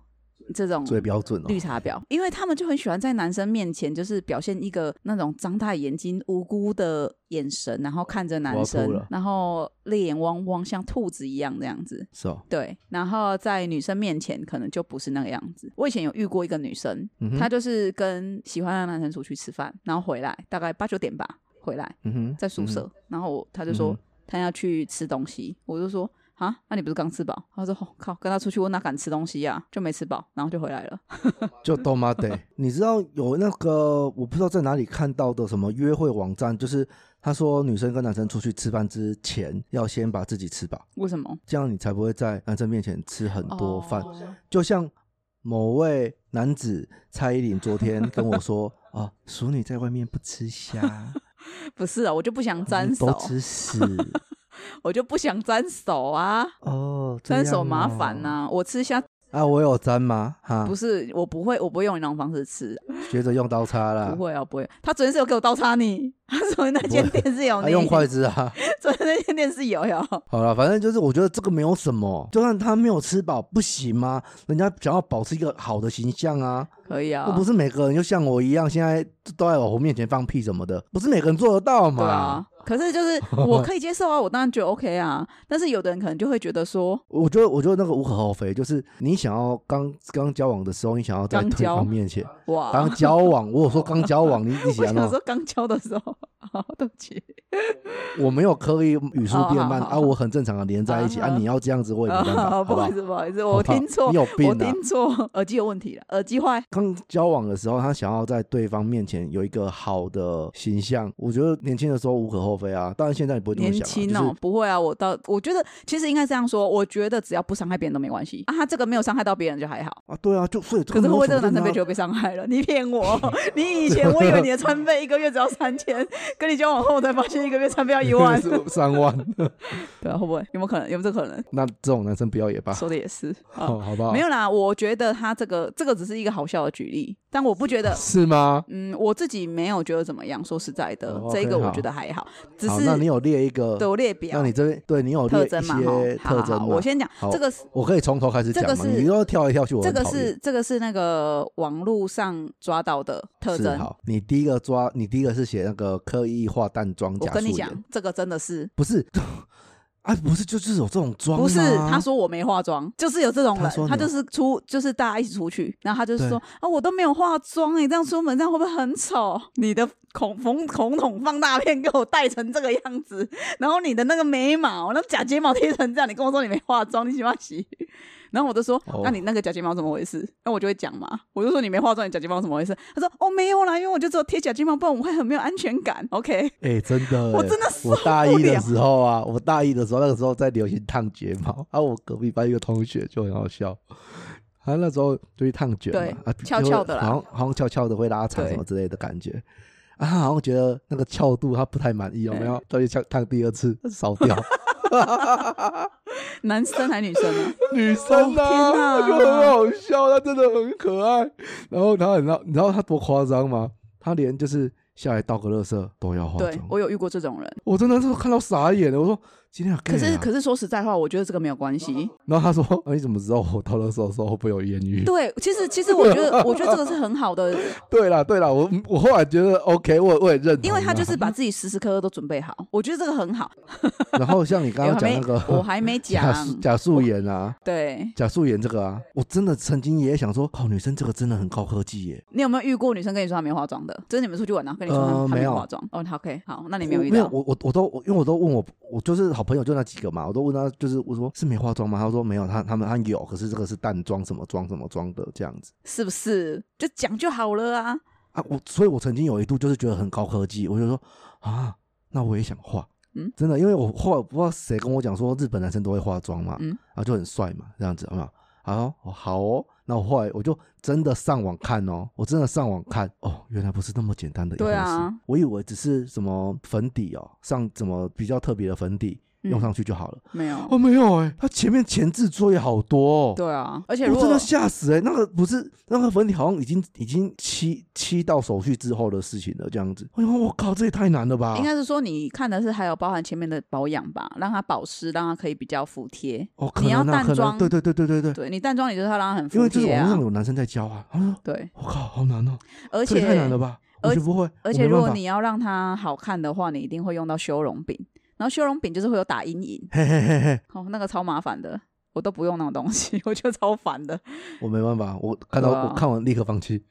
Speaker 2: 这种
Speaker 1: 最标准哦、
Speaker 2: 绿茶婊，因为他们就很喜欢在男生面前，就是表现一个那种张大眼睛、无辜的眼神，然后看着
Speaker 1: 我
Speaker 2: 男
Speaker 1: 要吐
Speaker 2: 生
Speaker 1: 了，
Speaker 2: 然后泪眼汪汪，像兔子一样这样子。
Speaker 1: 是哦，
Speaker 2: 对，然后在女生面前可能就不是那个样子。我以前有遇过一个女生，
Speaker 1: 嗯
Speaker 2: 她
Speaker 1: 哼，
Speaker 2: 就是跟喜欢的男生出去吃饭，然后回来大概八九点吧，回来
Speaker 1: 嗯哼，
Speaker 2: 在宿
Speaker 1: 嗯哼
Speaker 2: 舍，然后我她就
Speaker 1: 嗯
Speaker 2: 说
Speaker 1: 哼
Speaker 2: 她要去吃东西，我就说。啊，那你不是刚吃饱？她说：“哦、靠，跟她出去我哪敢吃东西呀、就没吃饱，然后就回来了。
Speaker 1: 就都妈得，你知道有那个我不知道在哪里看到的什么约会网站，就是他说女生跟男生出去吃饭之前要先把自己吃饱，
Speaker 2: 为什么？
Speaker 1: 这样你才不会在男生面前吃很多饭。
Speaker 2: 哦
Speaker 1: 就像某位男子蔡依林昨天跟我 说啊，淑女在外面不吃虾，
Speaker 2: 不是啊，我就不想 沾手
Speaker 1: 都，吃 屎
Speaker 2: 我就不想沾手啊，
Speaker 1: 哦，这
Speaker 2: 沾手
Speaker 1: 样
Speaker 2: 麻
Speaker 1: 哦
Speaker 2: 烦呐、我吃虾
Speaker 1: 啊，我有沾吗？哈
Speaker 2: 不，是，我不会，我不会用你那种方式吃，啊
Speaker 1: 学着用刀叉啦
Speaker 2: 不。会啊，不会。他昨天是有给我倒插你， 他昨天那间店是有
Speaker 1: 啊、
Speaker 2: 你，
Speaker 1: 用筷子啊。
Speaker 2: 昨天那间店是有有。
Speaker 1: 好了，反正就是我觉得这个没有什么，就算他没有吃饱不行吗？人家想要保持一个好的形象啊，
Speaker 2: 可以啊，
Speaker 1: 又不是每个人就像我一样，现在都在我面前放屁什么的，不是每个人做得到嘛。
Speaker 2: 对啊。可是就是 我可以接受啊，我当然觉得 OK 啊。但是有的人可能就会觉得说，
Speaker 1: 我觉得，我觉得那个无可厚非，就是你想要刚刚交往的时候，你想要在
Speaker 2: 刚
Speaker 1: 对
Speaker 2: 交
Speaker 1: 方面前
Speaker 2: 哇
Speaker 1: 刚，交往，我有说刚交往，你你
Speaker 2: 我
Speaker 1: 想
Speaker 2: 想
Speaker 1: 要？
Speaker 2: 说刚交的时候， 好对不起，
Speaker 1: 我没有刻意语速变慢
Speaker 2: 哦好好
Speaker 1: 啊，我很正常的连在一起
Speaker 2: 好
Speaker 1: 啊，
Speaker 2: 好
Speaker 1: 你要这样子我也没办法，
Speaker 2: 啊
Speaker 1: 好
Speaker 2: 不
Speaker 1: 不
Speaker 2: 好
Speaker 1: 好
Speaker 2: 意？思，不好意思，
Speaker 1: 好
Speaker 2: 我
Speaker 1: 不好
Speaker 2: 听错
Speaker 1: 你，有病
Speaker 2: 我
Speaker 1: 啊！
Speaker 2: 听错，耳机有问题了，耳机坏。
Speaker 1: 刚交往的时候，他想要在对方面前有一个好的形象，我觉得年轻的时候无可厚非啊。当然现在你不会这么
Speaker 2: 年
Speaker 1: 想、啊，
Speaker 2: 轻哦、
Speaker 1: 就是
Speaker 2: 不会啊，我到我觉得其实应该这样说，我觉得只要不伤害别人都没关系啊，他这个没有伤害到别人就还好。
Speaker 1: 啊，对啊，就所以
Speaker 2: 可是会不会这个男生被觉
Speaker 1: 就。
Speaker 2: 得被伤害了？你骗我！你以前我以为你的餐费一个月只要三千，跟你交往后我才发现一个月餐费要一万
Speaker 1: 三万，
Speaker 2: 对啊，会不会有没有可能？有没有这个可能？
Speaker 1: 那这种男生不要也罢，
Speaker 2: 说的也 是啊，
Speaker 1: 哦，好不好？
Speaker 2: 没有啦，我觉得他这个这个只是一个好笑的举例，但我不觉得。
Speaker 1: 是吗？
Speaker 2: 嗯，我自己没有觉得怎么样。说实在的，
Speaker 1: 哦
Speaker 2: 这
Speaker 1: OK，
Speaker 2: 个我
Speaker 1: 好
Speaker 2: 觉得还好，只
Speaker 1: 好，
Speaker 2: 是
Speaker 1: 那你有列一个
Speaker 2: 对，我列表
Speaker 1: 那你这边对你有列
Speaker 2: 特
Speaker 1: 一
Speaker 2: 征嘛，哈
Speaker 1: 些
Speaker 2: 好
Speaker 1: 特
Speaker 2: 好
Speaker 1: 征
Speaker 2: 好
Speaker 1: 嘛？
Speaker 2: 我先讲
Speaker 1: 好
Speaker 2: 这个
Speaker 1: 我可以从头开始
Speaker 2: 这
Speaker 1: 讲
Speaker 2: 个
Speaker 1: 吗？
Speaker 2: 是
Speaker 1: 你又跳来跳去，我
Speaker 2: 这
Speaker 1: 很
Speaker 2: 个
Speaker 1: 讨厌
Speaker 2: 是这个是那个网络上抓到的特
Speaker 1: 是
Speaker 2: 征。
Speaker 1: 好，你第一个抓，你第一个是写那个刻意化淡妆
Speaker 2: 我
Speaker 1: 假素
Speaker 2: 跟
Speaker 1: 颜，
Speaker 2: 你讲，这个真的是
Speaker 1: 不是 啊，不是就是有这种妆吗，啊
Speaker 2: 不是他说我没化妆，就是有这种
Speaker 1: 他
Speaker 2: 人，
Speaker 1: 说
Speaker 2: 他
Speaker 1: 你
Speaker 2: 就是出就是大家一起出去，然后他就是
Speaker 1: 对
Speaker 2: 说啊我都没有化妆，欸你这样出门这样会不会很丑？你的孔孔孔筒放大片给我戴成这个样子，然后你的那个眉毛那假睫毛贴成这样，你跟我说你没化妆，你喜欢洗？然后我就说，那、
Speaker 1: 哦
Speaker 2: 你那个假睫毛怎么回事？那我就会讲嘛，我就说你没化妆，你假睫毛怎么回事？他说哦没有啦，因为我就只有贴假睫毛，不然我会很没有安全感。OK，
Speaker 1: 哎、真的、欸，
Speaker 2: 我真的受
Speaker 1: 我大一
Speaker 2: 不
Speaker 1: 的
Speaker 2: 了
Speaker 1: 时候啊，我大一的时候，那个时候在流行烫睫毛，啊，我隔壁班一个同学就很好笑，他那时候就去烫卷嘛，
Speaker 2: 对
Speaker 1: 啊，
Speaker 2: 翘
Speaker 1: 就会
Speaker 2: 翘的啦
Speaker 1: 好像好像翘翘的会拉长
Speaker 2: 对
Speaker 1: 什么之类的感觉，啊，他好像觉得那个翘度他不太满意，有没有？他就烫烫第二次，烧 掉，
Speaker 2: 男生还是女 生啊呢？
Speaker 1: 女生
Speaker 2: 哦天
Speaker 1: 啊，他
Speaker 2: 哪
Speaker 1: 就很好笑，她真的很可爱。然后她，你知道你知道她多夸张吗？她连就是下来倒个垃圾都要化
Speaker 2: 对
Speaker 1: 妆，
Speaker 2: 我有遇过这种人，
Speaker 1: 我真的是看到傻眼了。我说今天有 gay
Speaker 2: 可是
Speaker 1: 啊
Speaker 2: 可是说实在话，我觉得这个没有关系。
Speaker 1: 然后他说：“啊、你怎么知道我到那时候的时候会不会有艳遇
Speaker 2: 对，其实其实我觉得 我觉得这个是很 好的，？”
Speaker 1: 对啦，对啦，我我后来觉得 OK，我我也认同啦。啊
Speaker 2: 因为他就是把自己时时刻刻都准备好，我觉得这个很好。
Speaker 1: 然后像你刚
Speaker 2: 我
Speaker 1: 刚讲
Speaker 2: 还没
Speaker 1: 那个
Speaker 2: 我还没
Speaker 1: 假
Speaker 2: 讲，
Speaker 1: 素假素颜啊，
Speaker 2: 对
Speaker 1: 假素颜这个啊，我真的曾经也想说，哦，女生这个真的很高科技耶。
Speaker 2: 你有没有遇过女生跟你说她没化妆的？就是你们出去玩然后跟你说她
Speaker 1: 呃
Speaker 2: 她
Speaker 1: 没
Speaker 2: 没
Speaker 1: 有
Speaker 2: 化妆。哦，好，OK，好，那你
Speaker 1: 我
Speaker 2: 没有遇
Speaker 1: 没有，
Speaker 2: 到。
Speaker 1: 我我我都我因为我都问我我就是好朋友就那几个嘛，我都问他就是我说是没化妆吗？他说没有，他他们他有，可是这个是淡妆什么妆什么妆的这样子
Speaker 2: 是不是？就讲就好了啊。
Speaker 1: 啊。我所以，我曾经有一度就是觉得很高科技，我就说啊，那我也想化。
Speaker 2: 嗯
Speaker 1: 真的，因为我后来不知道谁跟我讲说日本男生都会化妆嘛，
Speaker 2: 嗯
Speaker 1: 啊就很帅嘛，这样子好不好？好、哦，好哦，那我后来我就真的上网看哦，我真的上网看哦，原来不是那么简单的一回事。
Speaker 2: 对啊
Speaker 1: 我以为只是什么粉底哦，上什么比较特别的粉底
Speaker 2: 嗯
Speaker 1: 用上去就好了。
Speaker 2: 没有。
Speaker 1: 哦，没有哎、他前面前置作业好多哦。
Speaker 2: 对啊，而且
Speaker 1: 我
Speaker 2: 如
Speaker 1: 真
Speaker 2: 果
Speaker 1: 的吓死哎、那个不是那个粉底，好像已经已经漆漆到手续之后的事情了，这样子。哎呦，我靠，这也太难了吧！
Speaker 2: 应该是说你看的是还有包含前面的保养吧，让它保湿，让它可以比较服帖。
Speaker 1: 哦，可
Speaker 2: 你要
Speaker 1: 能啊，
Speaker 2: 淡
Speaker 1: 可能，
Speaker 2: 妆
Speaker 1: 对对对对对对，
Speaker 2: 对你淡妆，你就是要让它很
Speaker 1: 因
Speaker 2: 服
Speaker 1: 为就是
Speaker 2: 帖
Speaker 1: 网络
Speaker 2: 啊
Speaker 1: 上。有男生在教啊，他说
Speaker 2: 对，
Speaker 1: 我靠，好难哦，
Speaker 2: 而
Speaker 1: 这也太难了
Speaker 2: 且
Speaker 1: 吧，
Speaker 2: 而
Speaker 1: 我就不会，
Speaker 2: 而
Speaker 1: 我
Speaker 2: 且
Speaker 1: 没
Speaker 2: 如
Speaker 1: 办
Speaker 2: 果
Speaker 1: 法
Speaker 2: 你要让它好看的话，你一定会用到修容饼，然后修容饼就是会有打阴影，
Speaker 1: 嘿嘿嘿嘿，
Speaker 2: 哦，那个超麻烦的。我都不用那种东西， 我觉得超烦的，
Speaker 1: 我没办法，我看到
Speaker 2: 对啊
Speaker 1: 我看完立刻放 弃，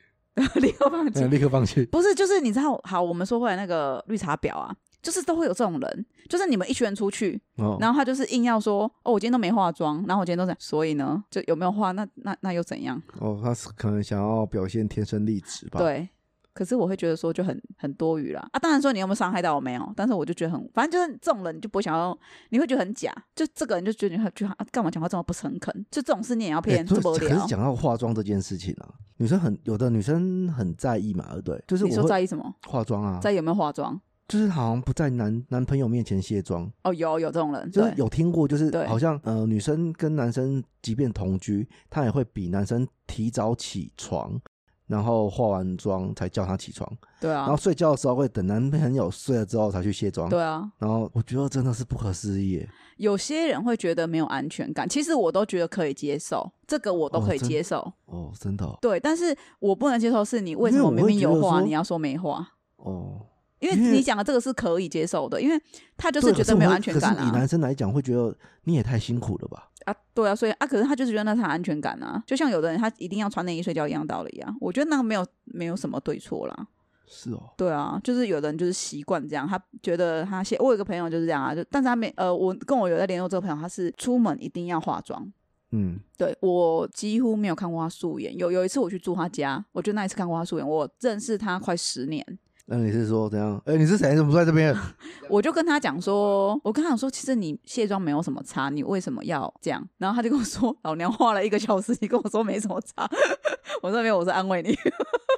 Speaker 2: 立刻放弃
Speaker 1: 嗯。立刻放弃。
Speaker 2: 不是，就是你知道，好，我们说回来那个绿茶婊啊，就是都会有这种人，就是你们一群人出去，
Speaker 1: 哦，
Speaker 2: 然后他就是硬要说，哦，我今天都没化妆，然后我今天都在，所以呢，就有没有化，那那那又怎样？
Speaker 1: 哦，他是可能想要表现天生丽质吧？，哎
Speaker 2: 对。可是我会觉得说就很很多余啦啊！当然说你有没有伤害到我没有，但是我就觉得很，反正就是这种人你就不会想要，你会觉得很假，就这个人就觉得你很就啊干嘛讲话这么不诚恳，就这种事你也要
Speaker 1: 哎
Speaker 2: 骗，这么无
Speaker 1: 可是
Speaker 2: 聊。
Speaker 1: 讲到化妆这件事情啊，女生很有的女生很在意嘛，对不对？就是
Speaker 2: 你
Speaker 1: 我
Speaker 2: 说
Speaker 1: 会
Speaker 2: 在意什么？
Speaker 1: 化妆啊，
Speaker 2: 在意有没有化妆？
Speaker 1: 就是好像不在男男朋友面前卸妆，
Speaker 2: 哦，有有这种人，
Speaker 1: 就是
Speaker 2: 对
Speaker 1: 有听过，就是
Speaker 2: 对
Speaker 1: 好像呃女生跟男生即便同居，她也会比男生提早起床，然后化完妆才叫他起床，
Speaker 2: 对
Speaker 1: 然
Speaker 2: 啊
Speaker 1: 后，睡觉的时候会等男朋友睡了之后才去卸妆。
Speaker 2: 对啊，
Speaker 1: 然后我觉得真的是不可思议耶，
Speaker 2: 有些人会觉得没有安全感，其实我都觉得可以接受，这个我都
Speaker 1: 哦
Speaker 2: 可以
Speaker 1: 真
Speaker 2: 接受。
Speaker 1: 哦，真的哦，
Speaker 2: 对，但是我不能接受是你为什
Speaker 1: 因为
Speaker 2: 么
Speaker 1: 我
Speaker 2: 明
Speaker 1: 会
Speaker 2: 明
Speaker 1: 觉
Speaker 2: 有
Speaker 1: 得
Speaker 2: 画，
Speaker 1: 说
Speaker 2: 你要说没画？
Speaker 1: 哦，
Speaker 2: 因为
Speaker 1: 因为
Speaker 2: 你讲的这个是可以接受的，因为他就是
Speaker 1: 对
Speaker 2: 觉
Speaker 1: 可
Speaker 2: 得没有
Speaker 1: 我会
Speaker 2: 安全
Speaker 1: 可是
Speaker 2: 感
Speaker 1: 以
Speaker 2: 啊
Speaker 1: 男生来讲，会觉得你也太辛苦了吧？
Speaker 2: 啊，对啊，所以啊，可是他就是觉得那是他安全感啊，就像有的人他一定要穿内衣睡觉一样道理啊。我觉得那个没有没有什么对错啦，
Speaker 1: 是哦，
Speaker 2: 对啊，就是有的人就是习惯这样，他觉得他现我有一个朋友就是这样啊，就但是他没呃，我跟我有在联络这个朋友，他是出门一定要化妆，
Speaker 1: 嗯，
Speaker 2: 对我几乎没有看过他素颜。有有一次我去住他家，我就那一次看过他素颜，我认识他快十年，
Speaker 1: 那你是说怎样？哎，你是谁？怎么在这边？
Speaker 2: 我就跟他讲说，我跟他讲说，其实你卸妆没有什么差，你为什么要这样？然后他就跟我说，老娘花了一个小时，你跟我说没什么差， 我说没有，我是安慰你，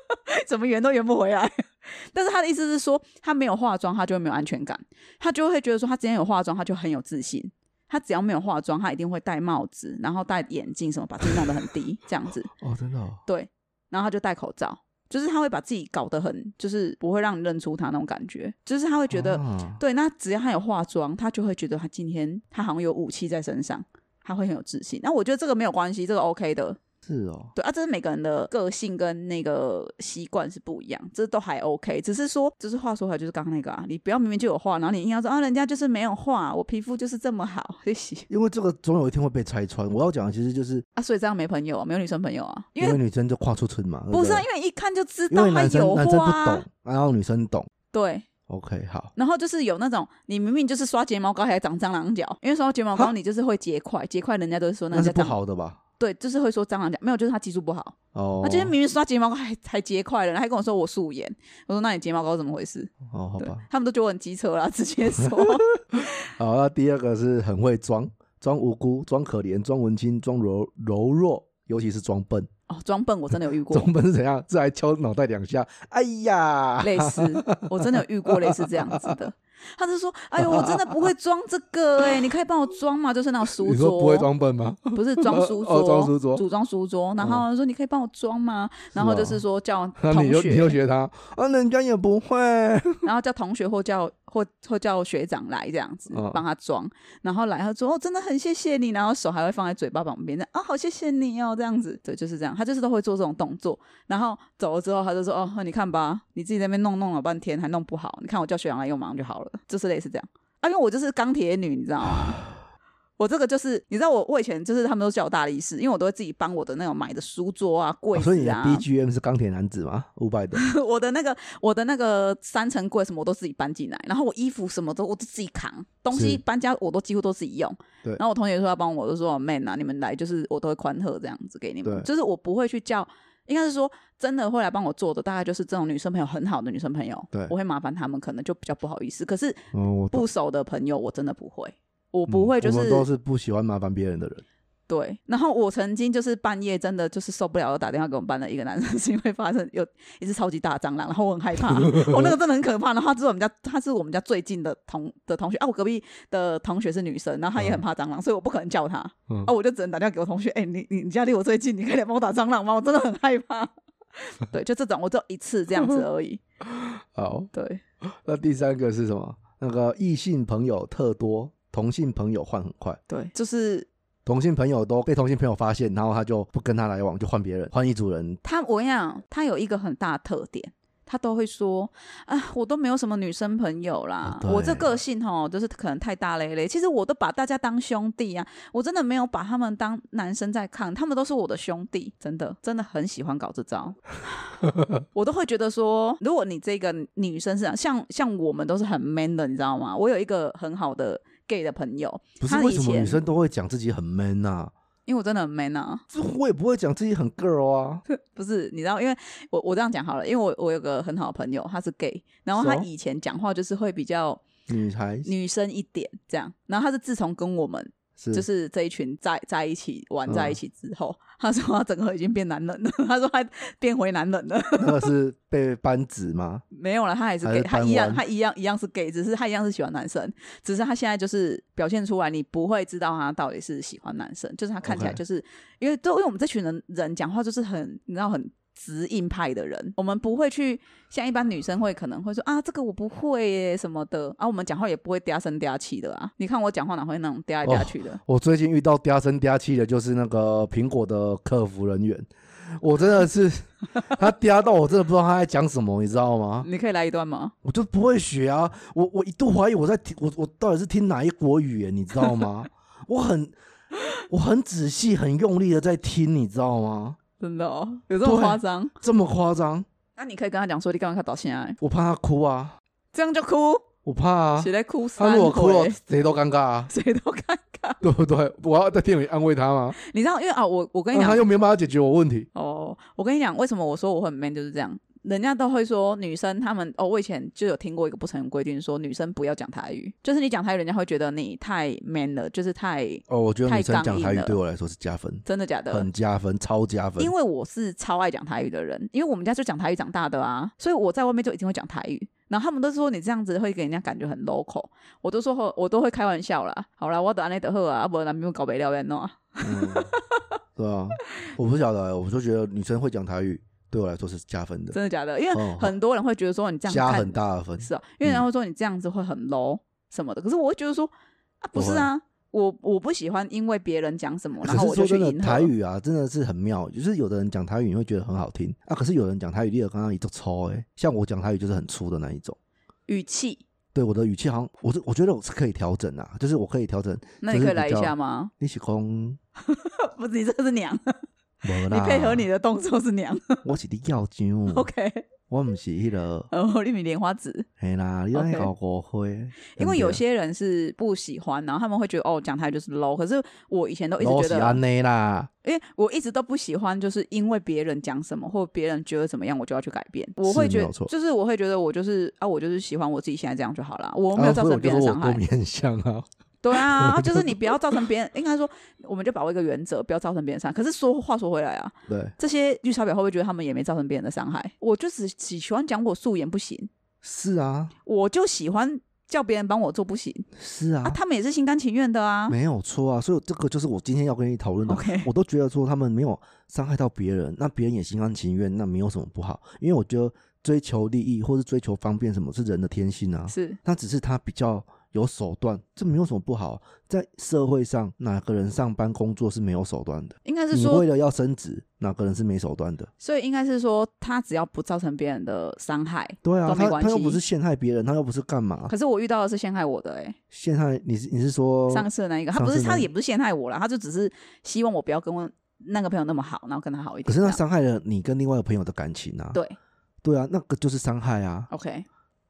Speaker 2: 怎么圆都圆不回来。但是他的意思是说，他没有化妆，他就会没有安全感，他就会觉得说，他之前有化妆，他就很有自信。他只要没有化妆，他一定会戴帽子，然后戴眼镜什么，把自己弄得很低，这样子。
Speaker 1: 哦，真的哦，
Speaker 2: 对，然后他就戴口罩，就是他会把自己搞得很，就是不会让你认出他那种感觉，就是他会觉得，
Speaker 1: 啊
Speaker 2: 对，那只要他有化妆，他就会觉得他今天他好像有武器在身上，他会很有自信。那我觉得这个没有关系，这个 OK 的，
Speaker 1: 是哦，
Speaker 2: 对啊，这是每个人的个性跟那个习惯是不一样，这都还 OK。只是说，就是话说回来，就是刚刚那个啊，你不要明明就有画，然后你硬要说啊，人家就是没有画，我皮肤就是这么好，谢谢
Speaker 1: 因为这个总有一天会被拆穿。我要讲的其实就是
Speaker 2: 啊，所以这样没朋友啊，没有女生朋友啊，因
Speaker 1: 因
Speaker 2: 为
Speaker 1: 为女生就跨出村嘛，对
Speaker 2: 不
Speaker 1: 不
Speaker 2: 是啊，
Speaker 1: 对
Speaker 2: 因为一看就知
Speaker 1: 因
Speaker 2: 道
Speaker 1: 为
Speaker 2: 他
Speaker 1: 男生
Speaker 2: 有
Speaker 1: 男生
Speaker 2: 画
Speaker 1: 不
Speaker 2: 啊
Speaker 1: 懂，，然后女生懂。
Speaker 2: 对。
Speaker 1: OK，好，
Speaker 2: 然后就是有那种，你明明就是刷睫毛膏还长蟑螂脚，因为刷睫毛膏
Speaker 1: 哈
Speaker 2: 你就是会结块，结块人家都是说那
Speaker 1: 那是
Speaker 2: 叫
Speaker 1: 不
Speaker 2: 蟑螂，
Speaker 1: 好的吧？
Speaker 2: 对，就是会说蟑螂脚，没有，就是他技术不好，
Speaker 1: 哦，
Speaker 2: 他今天明明刷睫毛膏还还结块了，然后还跟我说我素颜，我说那你睫毛膏怎么回事？
Speaker 1: 哦，好
Speaker 2: 对
Speaker 1: 吧。，
Speaker 2: 他们都觉得我很机车啦，直 接说，
Speaker 1: 好，那第二个是很会装，装无辜，装可怜，装文青，装柔柔弱，尤其是装笨。
Speaker 2: 哦，装笨我真的有遇过，
Speaker 1: 装笨是怎样？这还敲脑袋两下，哎呀，
Speaker 2: 类似，我真的有遇过类似这样子的。他就说：“哎呦，我真的不会装这个哎、你可以帮我装吗？就是那种书桌，
Speaker 1: 你说不会装笨吗？
Speaker 2: 不是装书 桌，
Speaker 1: 哦装书桌哦
Speaker 2: 组装书桌。然后说你可以帮我装吗？然后就是说叫
Speaker 1: 那
Speaker 2: 同
Speaker 1: 你就你就
Speaker 2: 学，
Speaker 1: 学他啊，人家也不会。
Speaker 2: 然后叫同学或叫或或叫学长来这样子
Speaker 1: 嗯
Speaker 2: 帮他装。然后来他说哦，真的很谢谢你，然后手还会放在嘴巴旁边的啊、好谢谢你哦，这样子。对，就是这样，他就是都会做这种动作。然后走了之后，他就说哦，你看吧，你自己在那边弄弄了半天还弄不好，你看我叫学长来用忙就好了，就是类似这样。啊，因为我就是钢铁女，你知道吗？ 我这个就是，你知道我我以前就是他们都叫我大力士，因为我都会自己帮我的那种买的书桌啊、柜
Speaker 1: 哦所以你
Speaker 2: 子
Speaker 1: 的
Speaker 2: 啊，
Speaker 1: BGM 是钢铁男子吗？五百的，
Speaker 2: 我的那个我的那个三层柜什么我都自己搬进来，然后我衣服什么都我都自己扛，东西
Speaker 1: 是
Speaker 2: 搬家我都几乎都自己用。
Speaker 1: 对
Speaker 2: 然后我同学说要帮我，我就说 man 啊，你们来就是我都会宽贺这样子给你们，
Speaker 1: 对
Speaker 2: 就是我不会去叫。应该是说，真的会来帮我做的，大概就是这种女生朋友很好的女生朋友，
Speaker 1: 对
Speaker 2: 我会麻烦她们，可能就比较不好意思。可是
Speaker 1: 嗯，我懂
Speaker 2: 不熟的朋友，我真的不会，我
Speaker 1: 嗯
Speaker 2: 不会，就
Speaker 1: 我
Speaker 2: 是、
Speaker 1: 们都是不喜欢麻烦别人的人。
Speaker 2: 对，然后我曾经就是半夜真的就是受不了，打电话给我们班的一个男生， 是因为发生有一只超级大的蟑螂，然后我很害怕，我、那个真的很可怕。然后他是我们家，他是我们家最近的同的同学啊，我隔壁的同学是女生，然后她也很怕蟑螂，所以我不可能叫她
Speaker 1: 嗯
Speaker 2: 啊，我就只能打电话给我同学，哎、你你你家离我最近，你可以来帮我打蟑螂吗？我真的很害怕。 对，就这种，我只有一次这样子而已。
Speaker 1: 好，
Speaker 2: 对，
Speaker 1: 那第三个是什么？那个异性朋友特多，同性朋友换很快，
Speaker 2: 对，就是
Speaker 1: 同性朋友都被同性朋友发现，然后他就不跟他来往，就换别人，换一组人。
Speaker 2: 他，我跟你讲，他有一个很大的特点，他都会说啊，我都没有什么女生朋友啦
Speaker 1: 啊，对
Speaker 2: 我这个性哦，就是可能太大咧咧。其实我都把大家当兄弟啊，我真的没有把他们当男生在看，他们都是我的兄弟，真的，真的很喜欢搞 这招。我都会觉得说，如果你这个女生是啊像像我们都是很 man 的，你知道吗？我有一个很好的 gay 的朋友，
Speaker 1: 不是
Speaker 2: 他
Speaker 1: 为
Speaker 2: 以
Speaker 1: 什么
Speaker 2: 前
Speaker 1: 女生都会讲自己很 man 啊？
Speaker 2: 因为我真的很 man 啊，
Speaker 1: 这我也不会讲自己很 girl 啊。
Speaker 2: 不是，你知道，因为我我这样讲好了，因为我我有个很好的朋友，他是 gay，然后他
Speaker 1: 是哦
Speaker 2: 以前讲话就是会比较
Speaker 1: 女孩
Speaker 2: 女生一点这样，然后他是自从跟我们
Speaker 1: 是
Speaker 2: 就是这一群在在一起玩
Speaker 1: 嗯
Speaker 2: 在一起之后，他说他整个已经变男人了， 他说他变回男人了，
Speaker 1: 那个是被扳指吗？
Speaker 2: 没有了，他还是
Speaker 1: 还
Speaker 2: gay，
Speaker 1: 是
Speaker 2: 他
Speaker 1: 贪
Speaker 2: 一样
Speaker 1: 玩
Speaker 2: 他一样一样是 gay，只是他一样是喜欢男生，只是他现在就是表现出来，你不会知道他到底是喜欢男生，就是他看起来
Speaker 1: OK
Speaker 2: 就是因为都因为我们这群人人讲话就是很你知道很直硬派的人，我们不会去像一般女生会可能会说啊，这个我不会耶什么的啊，我们讲话也不会嗲声嗲气的啊。你看我讲话哪会那种嗲来嗲去的？
Speaker 1: 我最近遇到嗲声嗲气的，就是那个苹果的客服人员，我真的是他嗲到我真的不知道他在讲什么，你知道吗？
Speaker 2: 你可以来一段吗？
Speaker 1: 我就不会学啊，我我一度怀疑我在听我我到底是听哪一国语言，你知道吗？ 我很我很仔细、很用力的在听，你知道吗？
Speaker 2: 真的哦，有这么
Speaker 1: 对
Speaker 2: 夸张？
Speaker 1: 这么夸张，
Speaker 2: 那、你可以跟他讲说，你干嘛看到现在？
Speaker 1: 我怕他哭啊，
Speaker 2: 这样就哭，
Speaker 1: 我怕啊
Speaker 2: 谁，在哭三
Speaker 1: 他如
Speaker 2: 回？，
Speaker 1: 果哭了，谁都尴尬啊
Speaker 2: 谁都尴尬。
Speaker 1: 对不对？我要在店里安慰他吗？
Speaker 2: 你知道，因为啊，我我跟你
Speaker 1: 那
Speaker 2: 讲
Speaker 1: 哦他，又没办法解决我问题，
Speaker 2: 哦，我跟你讲，为什么我说我很 man 就是这样，人家都会说女生她们哦，我以前就有听过一个不成文规定，说女生不要讲台语，就是你讲台语，人家会觉得你太 man 了，就是太
Speaker 1: 哦，我觉得
Speaker 2: 太
Speaker 1: 女生
Speaker 2: 刚
Speaker 1: 讲
Speaker 2: 硬
Speaker 1: 台语
Speaker 2: 了
Speaker 1: 对我来说是加分，
Speaker 2: 真的假的。
Speaker 1: 很加分，超加分。
Speaker 2: 因为我是超爱讲台语的人，因为我们家就讲台语长大的啊，所以我在外面就一定会讲台语。然后他们都说你这样子会给人家感觉很 local，我都说吼我都会开玩笑啦。好啦，我都安内得好啊，啊不然男朋友搞不了要弄啊。
Speaker 1: 嗯，对啊，我不晓得欸，我就觉得女生会讲台语对我来说是加分的，
Speaker 2: 真的假的？因为
Speaker 1: 哦
Speaker 2: 很多人会觉得说你这样
Speaker 1: 加
Speaker 2: 看
Speaker 1: 很大的分。
Speaker 2: 是啊，因为人家会说你这样子会很 low 什么的，可是我会觉得说啊，
Speaker 1: 不
Speaker 2: 不
Speaker 1: 会啊
Speaker 2: 是啊，我我不喜欢因为别人讲什么，然
Speaker 1: 可
Speaker 2: 后
Speaker 1: 是说
Speaker 2: 我就去
Speaker 1: 真的，
Speaker 2: 迎合。
Speaker 1: 台语啊，真的是很妙。就是有的人讲台语，你会觉得很好听啊，可是有人讲台语，立刻刚刚一就抽哎、像我讲台语就是很粗的那一种，
Speaker 2: 语气，
Speaker 1: 对我的语气好像，我是我觉得我是可以调整啊，就是我可以调整。
Speaker 2: 那
Speaker 1: 就
Speaker 2: 你
Speaker 1: 是
Speaker 2: 可以
Speaker 1: 比
Speaker 2: 来一
Speaker 1: 较
Speaker 2: 下吗？
Speaker 1: 你是空，
Speaker 2: 不是，你这是娘，
Speaker 1: 没
Speaker 2: 你
Speaker 1: 啦嗯
Speaker 2: 配合你，的动作是娘。
Speaker 1: 我是你要酱，
Speaker 2: OK，
Speaker 1: 我不是那个，
Speaker 2: 哦，你米莲花籽，
Speaker 1: 嘿啦，你让
Speaker 2: OK
Speaker 1: 搞误会。
Speaker 2: 因为有些人是不喜欢，然后他们会觉得哦，讲台就是 low。可是我以前都一直
Speaker 1: 都
Speaker 2: 觉
Speaker 1: 是
Speaker 2: 得，
Speaker 1: 安内啦，
Speaker 2: 因为我一直都不喜欢，就是因为别人讲什么或别人觉得怎么样，我就要去改变。我
Speaker 1: 是
Speaker 2: 会
Speaker 1: 没
Speaker 2: 觉
Speaker 1: 有错
Speaker 2: 就是我会觉得我就是啊，我就是喜欢我自己现在这样就好了，我
Speaker 1: 啊我
Speaker 2: 没有造成别人
Speaker 1: 我
Speaker 2: 的伤
Speaker 1: 多
Speaker 2: 害。
Speaker 1: 面相啊，
Speaker 2: 对啊，就是你不要造成 别人，应该说，我们就把握一个原则，不要造成别人伤害。可是说话说回来啊，
Speaker 1: 对，
Speaker 2: 这些绿茶婊会不会觉得他们也没造成别人的伤害？我就只只喜欢讲我素颜不行，
Speaker 1: 是啊，
Speaker 2: 我就喜欢叫别人帮我做不行
Speaker 1: 是啊
Speaker 2: 啊，他们也是心甘情愿的啊。
Speaker 1: 没有错啊，所以这个就是我今天要跟你讨论的。
Speaker 2: OK
Speaker 1: 我都觉得说他们没有伤害到别人，那别人也心甘情愿，那没有什么不好。因为我觉得追求利益或是追求方便，什么是人的天性啊？
Speaker 2: 是
Speaker 1: 那只是他比较有手段，这没有什么不好。在社会上，哪个人上班工作是没有手段的？
Speaker 2: 应该是
Speaker 1: 你为
Speaker 2: 说，
Speaker 1: 了要升职，哪个人是没手段的？
Speaker 2: 所以应该是说，他只要不造成别人的伤害。
Speaker 1: 对啊，
Speaker 2: 都没
Speaker 1: 他
Speaker 2: 关
Speaker 1: 他又
Speaker 2: 系
Speaker 1: 不是陷害别人，他又不是干嘛
Speaker 2: 可是我遇到的是陷害我的哎、
Speaker 1: 陷害？你是你是说
Speaker 2: 上次的那一个，他
Speaker 1: 哦上
Speaker 2: 不是
Speaker 1: 次那
Speaker 2: 他
Speaker 1: 个
Speaker 2: 也不是陷害我啦，他就只是希望我不要跟我那个朋友那么好，然后跟他好一点
Speaker 1: 可
Speaker 2: 这
Speaker 1: 是
Speaker 2: 样。
Speaker 1: 那伤害了你跟另外一个朋友的感情啊。
Speaker 2: 对
Speaker 1: 对啊，那个就是伤害啊。
Speaker 2: OK，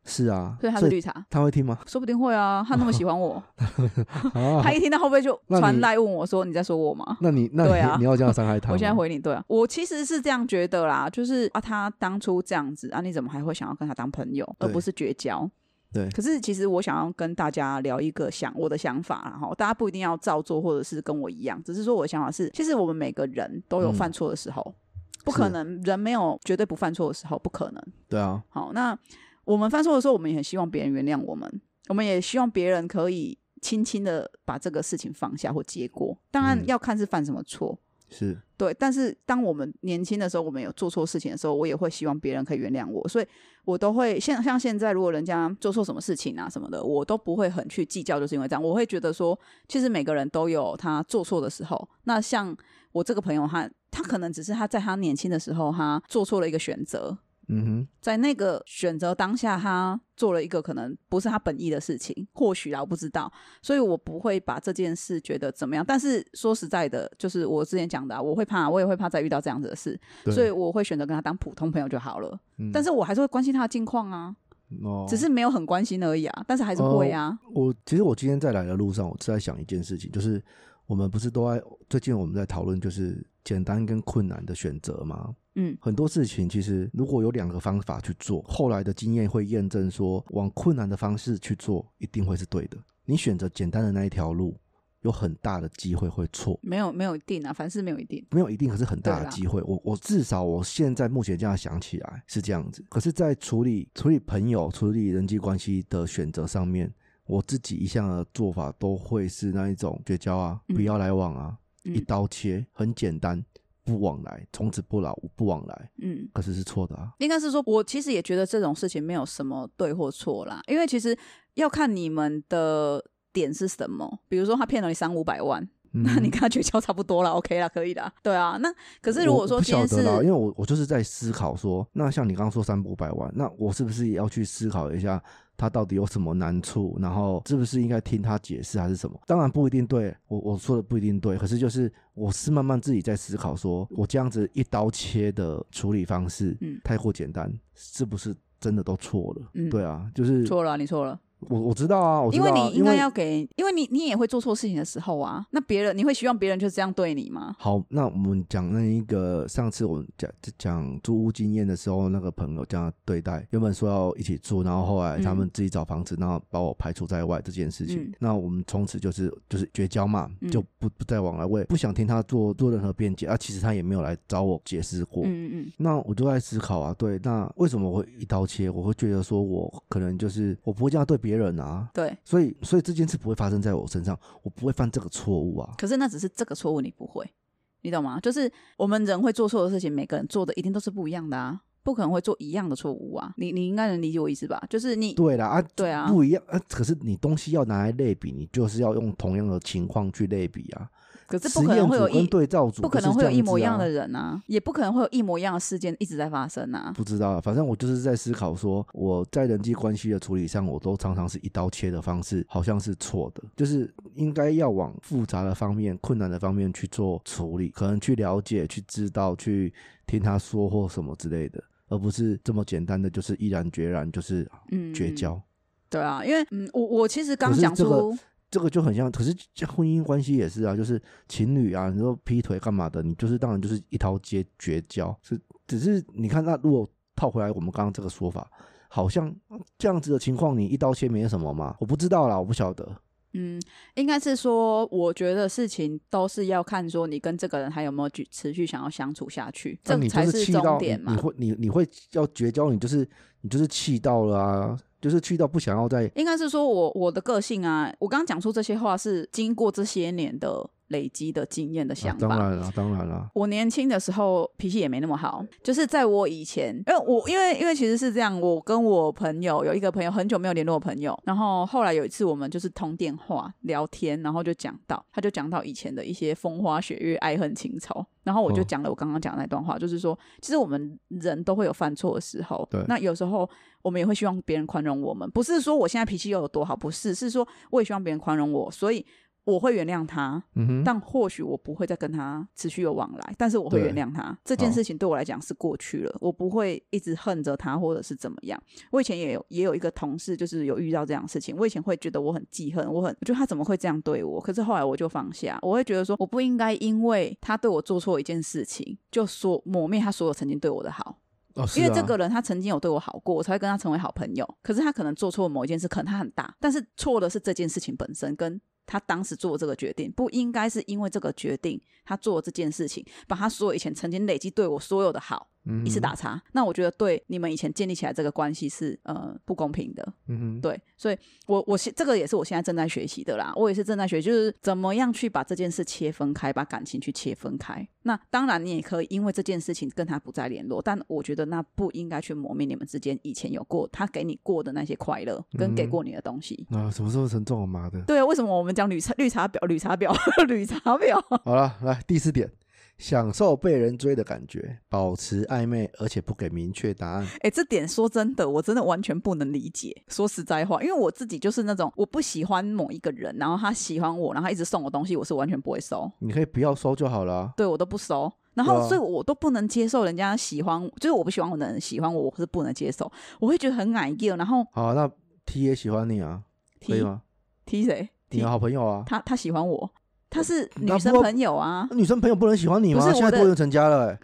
Speaker 1: 是啊，
Speaker 2: 所以他是绿茶。
Speaker 1: 他会听吗？
Speaker 2: 说不定会啊，他那么喜 欢我，
Speaker 1: 啊
Speaker 2: 他一听到后背就
Speaker 1: 那你
Speaker 2: 传来问我说：“你在说我吗
Speaker 1: 那你那你、
Speaker 2: 对啊
Speaker 1: 你要这样伤害？”他吗？
Speaker 2: 我现在回你，对啊，我其实是这样觉得啦，就是啊，他当初这样子啊，你怎么还会想要跟他当朋友，而
Speaker 1: 对
Speaker 2: 不是绝交？
Speaker 1: 对
Speaker 2: 可是其实我想要跟大家聊一个想我的想法啦，然后大家不一定要照做，或者是跟我一样，只是说我的想法是，其实我们每个人都有
Speaker 1: 嗯
Speaker 2: 犯错的时候，不可
Speaker 1: 是
Speaker 2: 能人没有绝对不犯错的时候，不可能。
Speaker 1: 对啊，
Speaker 2: 好，那我们犯错的时候，我们也很希望别人原谅我们，我们也希望别人可以轻轻的把这个事情放下或结果。当然
Speaker 1: 嗯
Speaker 2: 要看是犯什么错，
Speaker 1: 是
Speaker 2: 对。但是当我们年轻的时候，我们有做错事情的时候，我也会希望别人可以原谅我，所以我都会像像现在，如果人家做错什么事情啊什么的，我都不会很去计较，就是因为这样，我会觉得说，其实每个人都有他做错的时候。那像我这个朋友他他可能只是他在他年轻的时候，他做错了一个选择，
Speaker 1: 嗯
Speaker 2: 在那个选择当下，他做了一个可能不是他本意的事情，或许啦，我不知道，所以我不会把这件事觉得怎么样。但是说实在的，就是我之前讲的、啊，我会怕，我也会怕再遇到这样子的事，
Speaker 1: 对
Speaker 2: 所以我会选择跟他当普通朋友就好了。
Speaker 1: 哼，
Speaker 2: 但
Speaker 1: 是、
Speaker 2: 是我还是会关心他的近况啊，
Speaker 1: 哦、
Speaker 2: 只是没有很关心而已啊，但是还是会啊。
Speaker 1: 我其实我今天在来的路上，我是在想一件事情，就是我们不是都在最近我们在讨论就是简单跟困难的选择吗？
Speaker 2: 嗯，
Speaker 1: 很多事情其实如果有两个方法去做，后来的经验会验证说，往困难的方式去做一定会是对的。你选择简单的那一条路，有很大的机会会错。
Speaker 2: 没有没有一定啊，凡事没有一定。
Speaker 1: 没有一定，可是很大
Speaker 2: 对
Speaker 1: 的
Speaker 2: 啦
Speaker 1: 机会。我我至少我现在目前这样想起来是这样子。可是，在处理处理朋友、处理人际关系的选择上面，我自己一向的做法都会是那一种绝交啊，
Speaker 2: 嗯
Speaker 1: 不要来往啊，
Speaker 2: 嗯
Speaker 1: 一刀切，很简单，不往来，从此不老，我不往来。
Speaker 2: 嗯，
Speaker 1: 可是是错的啊。
Speaker 2: 应该是说，我其实也觉得这种事情没有什么对或错啦，因为其实要看你们的点是什么。比如说，他骗了你三五百万， 那
Speaker 1: 嗯
Speaker 2: 你跟他绝交差不多了，OK 啦，可以的。对啊，那可是如
Speaker 1: 我
Speaker 2: 果说
Speaker 1: 不
Speaker 2: 今
Speaker 1: 晓
Speaker 2: 天
Speaker 1: 得
Speaker 2: 是，
Speaker 1: 啦，因为我我就是在思考说，那像你刚刚说三五百万，那我是不是也要去思考一下他到底有什么难处，然后是不是应该听他解释还是什么？当然不一定对，我我说的不一定对，可是就是我是慢慢自己在思考说，我这样子一刀切的处理方式，
Speaker 2: 嗯
Speaker 1: 太过简单，是不是真的都错了？
Speaker 2: 嗯
Speaker 1: 对啊，就是
Speaker 2: 错了啊、你错了，
Speaker 1: 我我知道啊，我知
Speaker 2: 因
Speaker 1: 道啊、
Speaker 2: 为你应该要给，因为你你也会做错事情的时候啊，那别人你会希望别人就这样对你吗？
Speaker 1: 好，那我们讲那一个上次我们讲讲租屋经验的时候，那个朋友这样对待，原本说要一起住，然后后来他们自己找房子，然后把我排除在外这件事情，
Speaker 2: 嗯
Speaker 1: 那我们从此就是就是绝交嘛，
Speaker 2: 嗯
Speaker 1: 就不不再往来，我也不想听他做做任何辩解啊，其实他也没有来找我解释过，
Speaker 2: 嗯嗯嗯，
Speaker 1: 那我就在思考啊，对，那为什么我会一刀切？我会觉得说我可能就是我不会这样对别人啊，
Speaker 2: 对。
Speaker 1: 所以所以这件事不会发生在我身上，我不会犯这个错误啊。
Speaker 2: 可是那只是这个错误你不会，你懂吗？就是我们人会做错的事情，每个人做的一定都是不一样的啊，不可能会做一样的错误啊。你你应该能理解我意思吧？就是你
Speaker 1: 对啦，啊，
Speaker 2: 对啊
Speaker 1: 不一样啊。可是你东西要拿来类比，你就是要用同样的情况去类比啊。
Speaker 2: 可是
Speaker 1: 实
Speaker 2: 不可
Speaker 1: 验
Speaker 2: 能会有
Speaker 1: 组跟
Speaker 2: 一
Speaker 1: 对照组
Speaker 2: 不可
Speaker 1: 是
Speaker 2: 能会有
Speaker 1: 这
Speaker 2: 一
Speaker 1: 样子
Speaker 2: 模一样
Speaker 1: 啊
Speaker 2: 的。人啊，也不可能会有一模一样的事件一直在发生啊。
Speaker 1: 不知道啊，反正我就是在思考说，我在人际关系的处理上，我都常常是一刀切的方式，好像是错的，就是应该要往复杂的方面、困难的方面去做处理，可能去了解、去知道、去听他说或什么之类的，而不是这么简单的就是毅然决然就是
Speaker 2: 嗯，
Speaker 1: 绝交。
Speaker 2: 对啊，因为嗯，我我其实刚
Speaker 1: 可是
Speaker 2: 讲
Speaker 1: 这个
Speaker 2: 出
Speaker 1: 这个就很像，可是像婚姻关系也是啊，就是情侣啊，你说劈腿干嘛的，你就是当然就是一刀切绝交，是只是你看那如果套回来我们刚刚这个说法，好像这样子的情况，你一刀切没什么嘛？我不知道啦，我不晓得。
Speaker 2: 嗯，应该是说，我觉得事情都是要看说你跟这个人还有没有去持续想要相处下去，
Speaker 1: 那
Speaker 2: 这
Speaker 1: 你就
Speaker 2: 才
Speaker 1: 气
Speaker 2: 终
Speaker 1: 到
Speaker 2: 点
Speaker 1: 你
Speaker 2: 嘛
Speaker 1: 你。会你你会要绝交，你就是你就是气到了啊，就是气到不想要再啊
Speaker 2: 应该是说我我的个性啊，我刚刚讲出这些话是经过这些年的累积的经验的
Speaker 1: 啊
Speaker 2: 想
Speaker 1: 当
Speaker 2: 法。
Speaker 1: 然啦，当然啦，
Speaker 2: 我年轻的时候脾气也没那么好，就是在我以前，因为我因为因为其实是这样，我跟我朋友有一个朋友很久没有联络的朋友，然后后来有一次我们就是通电话聊天，然后就讲到，他就讲到以前的一些风花雪月、爱恨情仇，然后我就
Speaker 1: 哦
Speaker 2: 讲了我刚刚讲的那段话，就是说，其实我们人都会有犯错的时候，
Speaker 1: 对
Speaker 2: 那有时候我们也会希望别人宽容我们，不是说我现在脾气又有多好，不是，是说我也希望别人宽容我，所以我会原谅他，
Speaker 1: 嗯哼，
Speaker 2: 但或许我不会再跟他持续有往来，但是我会
Speaker 1: 对
Speaker 2: 原谅他。这件事情对我来讲是过去了，我不会一直恨着他或者是怎么样。我以前也有也有一个同事，就是有遇到这样的事情，我以前会觉得我很记恨，我很我觉得他怎么会这样对我，可是后来我就放下，我会觉得说我不应该因为他对我做错一件事情，就说抹灭他所有曾经对我的好。
Speaker 1: 哦，是
Speaker 2: 因为这
Speaker 1: 啊
Speaker 2: 个人他曾经有对我好过，我才会跟他成为好朋友。可是他可能做错某一件事，可能他很大，但是错的是这件事情本身跟。他当时做这个决定，不应该是因为这个决定，他做这件事情，把他所有以前曾经累积对我所有的好
Speaker 1: 嗯哼
Speaker 2: 一次打叉。那我觉得对你们以前建立起来这个关系是呃不公平的。
Speaker 1: 嗯哼
Speaker 2: 对，所以我我现这个也是我现在正在学习的啦，我也是正在学，就是怎么样去把这件事切分开，把感情去切分开。那当然，你也可以因为这件事情跟他不再联络，但我觉得那不应该去磨灭你们之间以前有过他给你过的那些快乐，跟给
Speaker 1: 嗯
Speaker 2: 过你的东西。
Speaker 1: 啊，什么时候沉重我妈的？
Speaker 2: 对啊，为什么我们讲绿茶绿茶婊、绿茶婊、 绿茶婊？
Speaker 1: 好了，来第四点，享受被人追的感觉，保持暧昧，而且不给明确答 案。
Speaker 2: 哎、这点说真的，我真的完全不能理解。说实在话，因为我自己就是那种我不喜欢某一个人，然后他喜欢我，然后他一直送我东西，我是完全不会收。
Speaker 1: 你可以不要收就好了啊。
Speaker 2: 对我都不熟。然
Speaker 1: 对
Speaker 2: 后，
Speaker 1: 啊
Speaker 2: 所以我都不能接受人家喜欢，就是我不喜欢我的人喜欢我，我是不能接受，我会觉得很矮个。然后
Speaker 1: 好啊，那 T 也喜欢你啊，可
Speaker 2: T
Speaker 1: 以吗？
Speaker 2: T 谁
Speaker 1: 你
Speaker 2: ？T
Speaker 1: 的好朋友啊，
Speaker 2: 他他喜欢我，他是女
Speaker 1: 呃那
Speaker 2: 生
Speaker 1: 不
Speaker 2: 朋友啊。
Speaker 1: 女生朋友不能喜欢你吗？
Speaker 2: 不是
Speaker 1: 现
Speaker 2: 我
Speaker 1: 在
Speaker 2: 的
Speaker 1: 多元成家了、欸，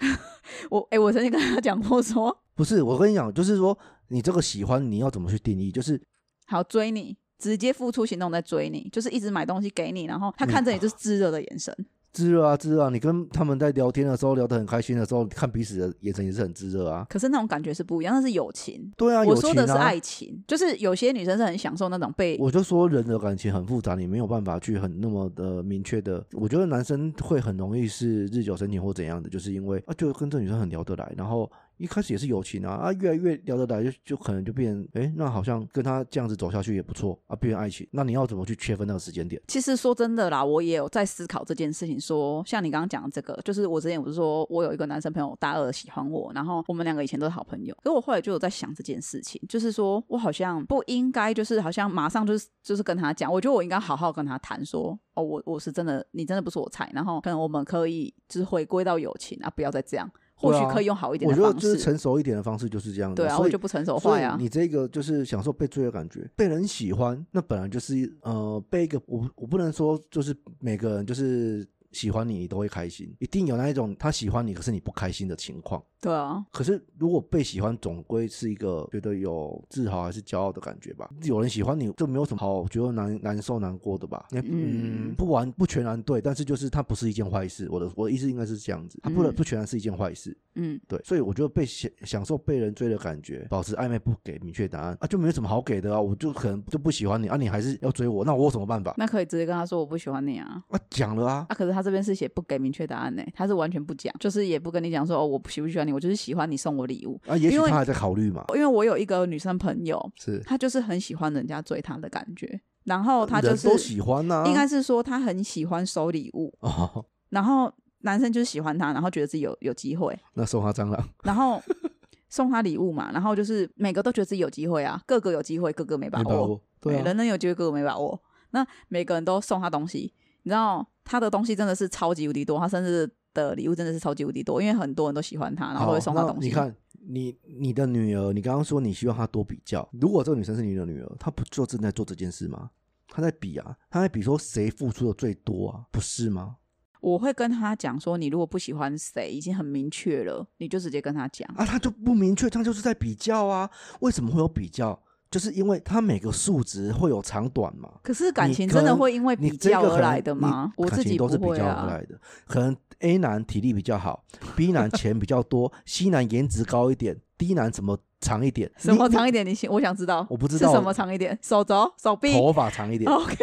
Speaker 2: 我哎、我曾经跟他讲过说，
Speaker 1: 不是我跟你讲，就是说你这个喜欢你要怎么去定义？就是
Speaker 2: 好追你，直接付出行动在追你，就是一直买东西给你，然后他
Speaker 1: 你
Speaker 2: 看着你就是炙热的眼神。
Speaker 1: 炙热啊，炙热啊！你跟他们在聊天的时候，聊得很开心的时候，看彼此的眼神也是很炙热啊。
Speaker 2: 可是那种感觉是不一样，那是友情。
Speaker 1: 对啊，
Speaker 2: 我
Speaker 1: 友
Speaker 2: 说
Speaker 1: 情
Speaker 2: 的是
Speaker 1: 啊
Speaker 2: 爱情，就是有些女生是很享受那种被
Speaker 1: 我就说人的感情很复杂，你没有办法去很那么的明确的。我觉得男生会很容易是日久生情或怎样的，就是因为啊，就跟这女生很聊得来，然后一开始也是友情啊，啊，越来越聊得来就，就可能就变成，哎，那好像跟他这样子走下去也不错啊，变成爱情。那你要怎么去切分那个时间点？
Speaker 2: 其实说真的啦，我也有在思考这件事情说。像你刚刚讲的这个，就是我之前不是说我有一个男生朋友大二喜欢我，然后我们两个以前都是好朋友。可是我后来就有在想这件事情，就是说我好像不应该，就是好像马上就是就是跟他讲，我觉得我应该好好跟他谈说，哦，我我是真的，你真的不是我菜，然后可能我们可以就是回归到友情啊，不要再这样，或
Speaker 1: 对
Speaker 2: 许
Speaker 1: 啊
Speaker 2: 可以用好一
Speaker 1: 我
Speaker 2: 点的
Speaker 1: 觉得
Speaker 2: 方
Speaker 1: 就是
Speaker 2: 式。
Speaker 1: 成熟一点的方式就是这样的。
Speaker 2: 对啊，
Speaker 1: 所
Speaker 2: 我
Speaker 1: 以
Speaker 2: 就不成熟
Speaker 1: 所
Speaker 2: 坏
Speaker 1: 以
Speaker 2: 啊。
Speaker 1: 你这个就是享受被追的感觉，被人喜欢，那本来就是呃，被一个我我不能说就是每个人就是喜欢你，你都会开心，一定有那一种他喜欢你，可是你不开心的情况。
Speaker 2: 对啊，
Speaker 1: 可是如果被喜欢，总归是一个觉得有自豪还是骄傲的感觉吧。有人喜欢你，这没有什么好觉得难难受难过的吧？
Speaker 2: 嗯
Speaker 1: 嗯，不完不全然对，但是就是它不是一件坏事。我的我的意思应该是这样子，它不能、
Speaker 2: 嗯
Speaker 1: 不全然是一件坏事。
Speaker 2: 嗯，
Speaker 1: 对，所以我觉得被享享受被人追的感觉，保持暧昧不给明确答案啊，就没有什么好给的啊，我就可能就不喜欢你啊，你还是要追我，那我有什么办法？
Speaker 2: 那可以直接跟他说我不喜欢你啊。
Speaker 1: 啊，讲了啊，
Speaker 2: 啊，可是他这边是写不给明确答案呢，他是完全不讲，就是也不跟你讲说哦，我喜不喜欢你，我就是喜欢你送我礼物。
Speaker 1: 啊，也许
Speaker 2: 因为
Speaker 1: 他还在考虑嘛，
Speaker 2: 因为我有一个女生朋友，
Speaker 1: 是，
Speaker 2: 她就是很喜欢人家追她的感觉，然后她就
Speaker 1: 人
Speaker 2: 是
Speaker 1: 都喜欢呐、啊，
Speaker 2: 应该是说她很喜欢收礼物，
Speaker 1: 哦，
Speaker 2: 然后男生就是喜欢她，然后觉得自己有有机会，
Speaker 1: 那送他蟑螂，
Speaker 2: 然后 送她礼物嘛，然后就是每个都觉得自己有机会啊，个个有机会，个个没把
Speaker 1: 没
Speaker 2: 握，
Speaker 1: 把握，对啊，
Speaker 2: 人人有机会，个个没把握。那每个人都送他东西，你知道他的东西真的是超级无敌多，他甚至的礼物真的是超级无敌多，因为很多人都喜欢他，然后都
Speaker 1: 好
Speaker 2: 会啊送他
Speaker 1: 那
Speaker 2: 东西。
Speaker 1: 你看。你你的女儿，你刚刚说你希望她多比较。如果这个女生是你的女儿，她不就正在做这件事吗？她在比啊，她在比说谁付出的最多啊，不是吗？
Speaker 2: 我会跟他讲说，你如果不喜欢谁，已经很明确了，你就直接跟他讲。
Speaker 1: 啊，他就不明确，他就是在比较啊。为什么会有比较？就是因为他每个数值会有长短嘛。
Speaker 2: 可是感
Speaker 1: 你
Speaker 2: 情
Speaker 1: 可
Speaker 2: 真的
Speaker 1: 能
Speaker 2: 会因为
Speaker 1: 你
Speaker 2: 比
Speaker 1: 这
Speaker 2: 较
Speaker 1: 个可
Speaker 2: 而
Speaker 1: 能
Speaker 2: 来的
Speaker 1: 你
Speaker 2: 吗？我
Speaker 1: 感
Speaker 2: 自
Speaker 1: 情
Speaker 2: 己不
Speaker 1: 都是比
Speaker 2: 会
Speaker 1: 较而
Speaker 2: 啊
Speaker 1: 来。的，可能 A 男体力比较好，B 男钱比较多，C 男颜值高一点，D 男什么长一点，
Speaker 2: 什
Speaker 1: 你
Speaker 2: 么
Speaker 1: 你
Speaker 2: 长一点？你想我想知道，
Speaker 1: 我不知
Speaker 2: 是
Speaker 1: 道
Speaker 2: 什么长一点，哦手肘、手臂。
Speaker 1: 头发长一点，
Speaker 2: OK，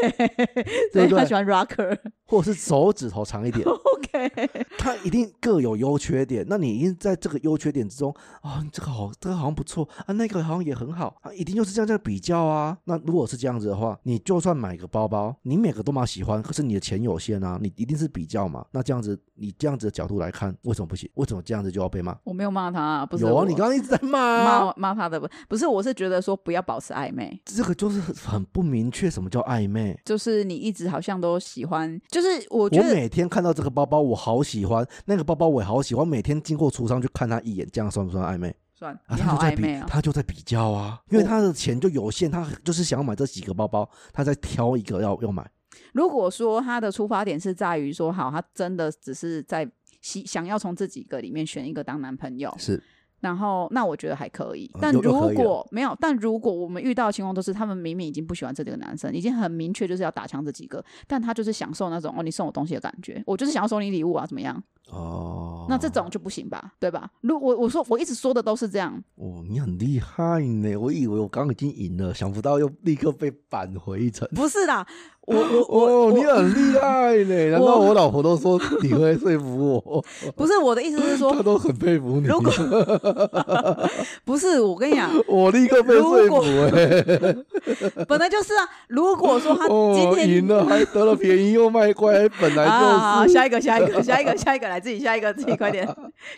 Speaker 1: 对不
Speaker 2: 他
Speaker 1: 对
Speaker 2: 喜欢 rocker。
Speaker 1: 或者是手指头长一点，
Speaker 2: OK，
Speaker 1: 他一定各有优缺点。那你一定在这个优缺点之中啊、这个好，这个好像不错啊，那个好像也很好啊，一定就是这样在比较啊。那如果是这样子的话，你就算买个包包，你每个都蛮喜欢，可是你的钱有限啊，你一定是比较嘛。那这样子，你这样子的角度来看，为什么不行？为什么这样子就要被骂？
Speaker 2: 我没有骂他啊，不是
Speaker 1: 有啊，
Speaker 2: 我
Speaker 1: 你刚刚一直在骂啊。
Speaker 2: 骂骂他的不不是，我是觉得说不要保持暧昧，
Speaker 1: 这个就是很不明确，什么叫暧昧？
Speaker 2: 就是你一直好像都喜欢，就是我觉
Speaker 1: 我
Speaker 2: 得
Speaker 1: 每天看到这个包包，我好喜欢；那个包包我也好喜欢。每天经过橱窗去看他一眼，这样算不算暧昧？
Speaker 2: 算
Speaker 1: 啊，
Speaker 2: 你
Speaker 1: 他
Speaker 2: 好
Speaker 1: 就在
Speaker 2: 暧
Speaker 1: 比
Speaker 2: 昧啊，哦
Speaker 1: 他就在比较啊，因为他的钱就有限，他就是想买这几个包包，他在挑一个要要买。
Speaker 2: 如果说他的出发点是在于说，好，他真的只是在希想要从这几个里面选一个当男朋友，
Speaker 1: 是，
Speaker 2: 然后那我觉得还可以
Speaker 1: 嗯。
Speaker 2: 但
Speaker 1: 又
Speaker 2: 如
Speaker 1: 又可以
Speaker 2: 果没有，但如果我们遇到的情况都是他们明明已经不喜欢这几个男生，已经很明确就是要打枪这几个，但他就是享受那种哦，你送我东西的感觉，我就是想要送你礼物啊，怎么样？
Speaker 1: 哦，
Speaker 2: 那这种就不行吧，对吧？如我我说我一直说的都是这样，
Speaker 1: 哦，你很厉害呢，我以为我刚刚已经赢了，想不到又立刻被扳回一城。
Speaker 2: 不是啦，我 我我
Speaker 1: 哦，
Speaker 2: 我
Speaker 1: 你很厉害 呢！难怪我老婆都说你会说服我，
Speaker 2: 不是我的意思是
Speaker 1: 她
Speaker 2: 说，
Speaker 1: 都很佩服你。
Speaker 2: 如果 不是我跟你讲，
Speaker 1: 我立刻被说
Speaker 2: 如
Speaker 1: 服
Speaker 2: 果
Speaker 1: 哎、
Speaker 2: 本来就是啊。如果说他今
Speaker 1: 哦，
Speaker 2: 天、
Speaker 1: 赢了还得了便宜又卖乖，本来
Speaker 2: 啊，好好
Speaker 1: 就是
Speaker 2: 下一个下一个下一个下一个来自己下一个自己 快点，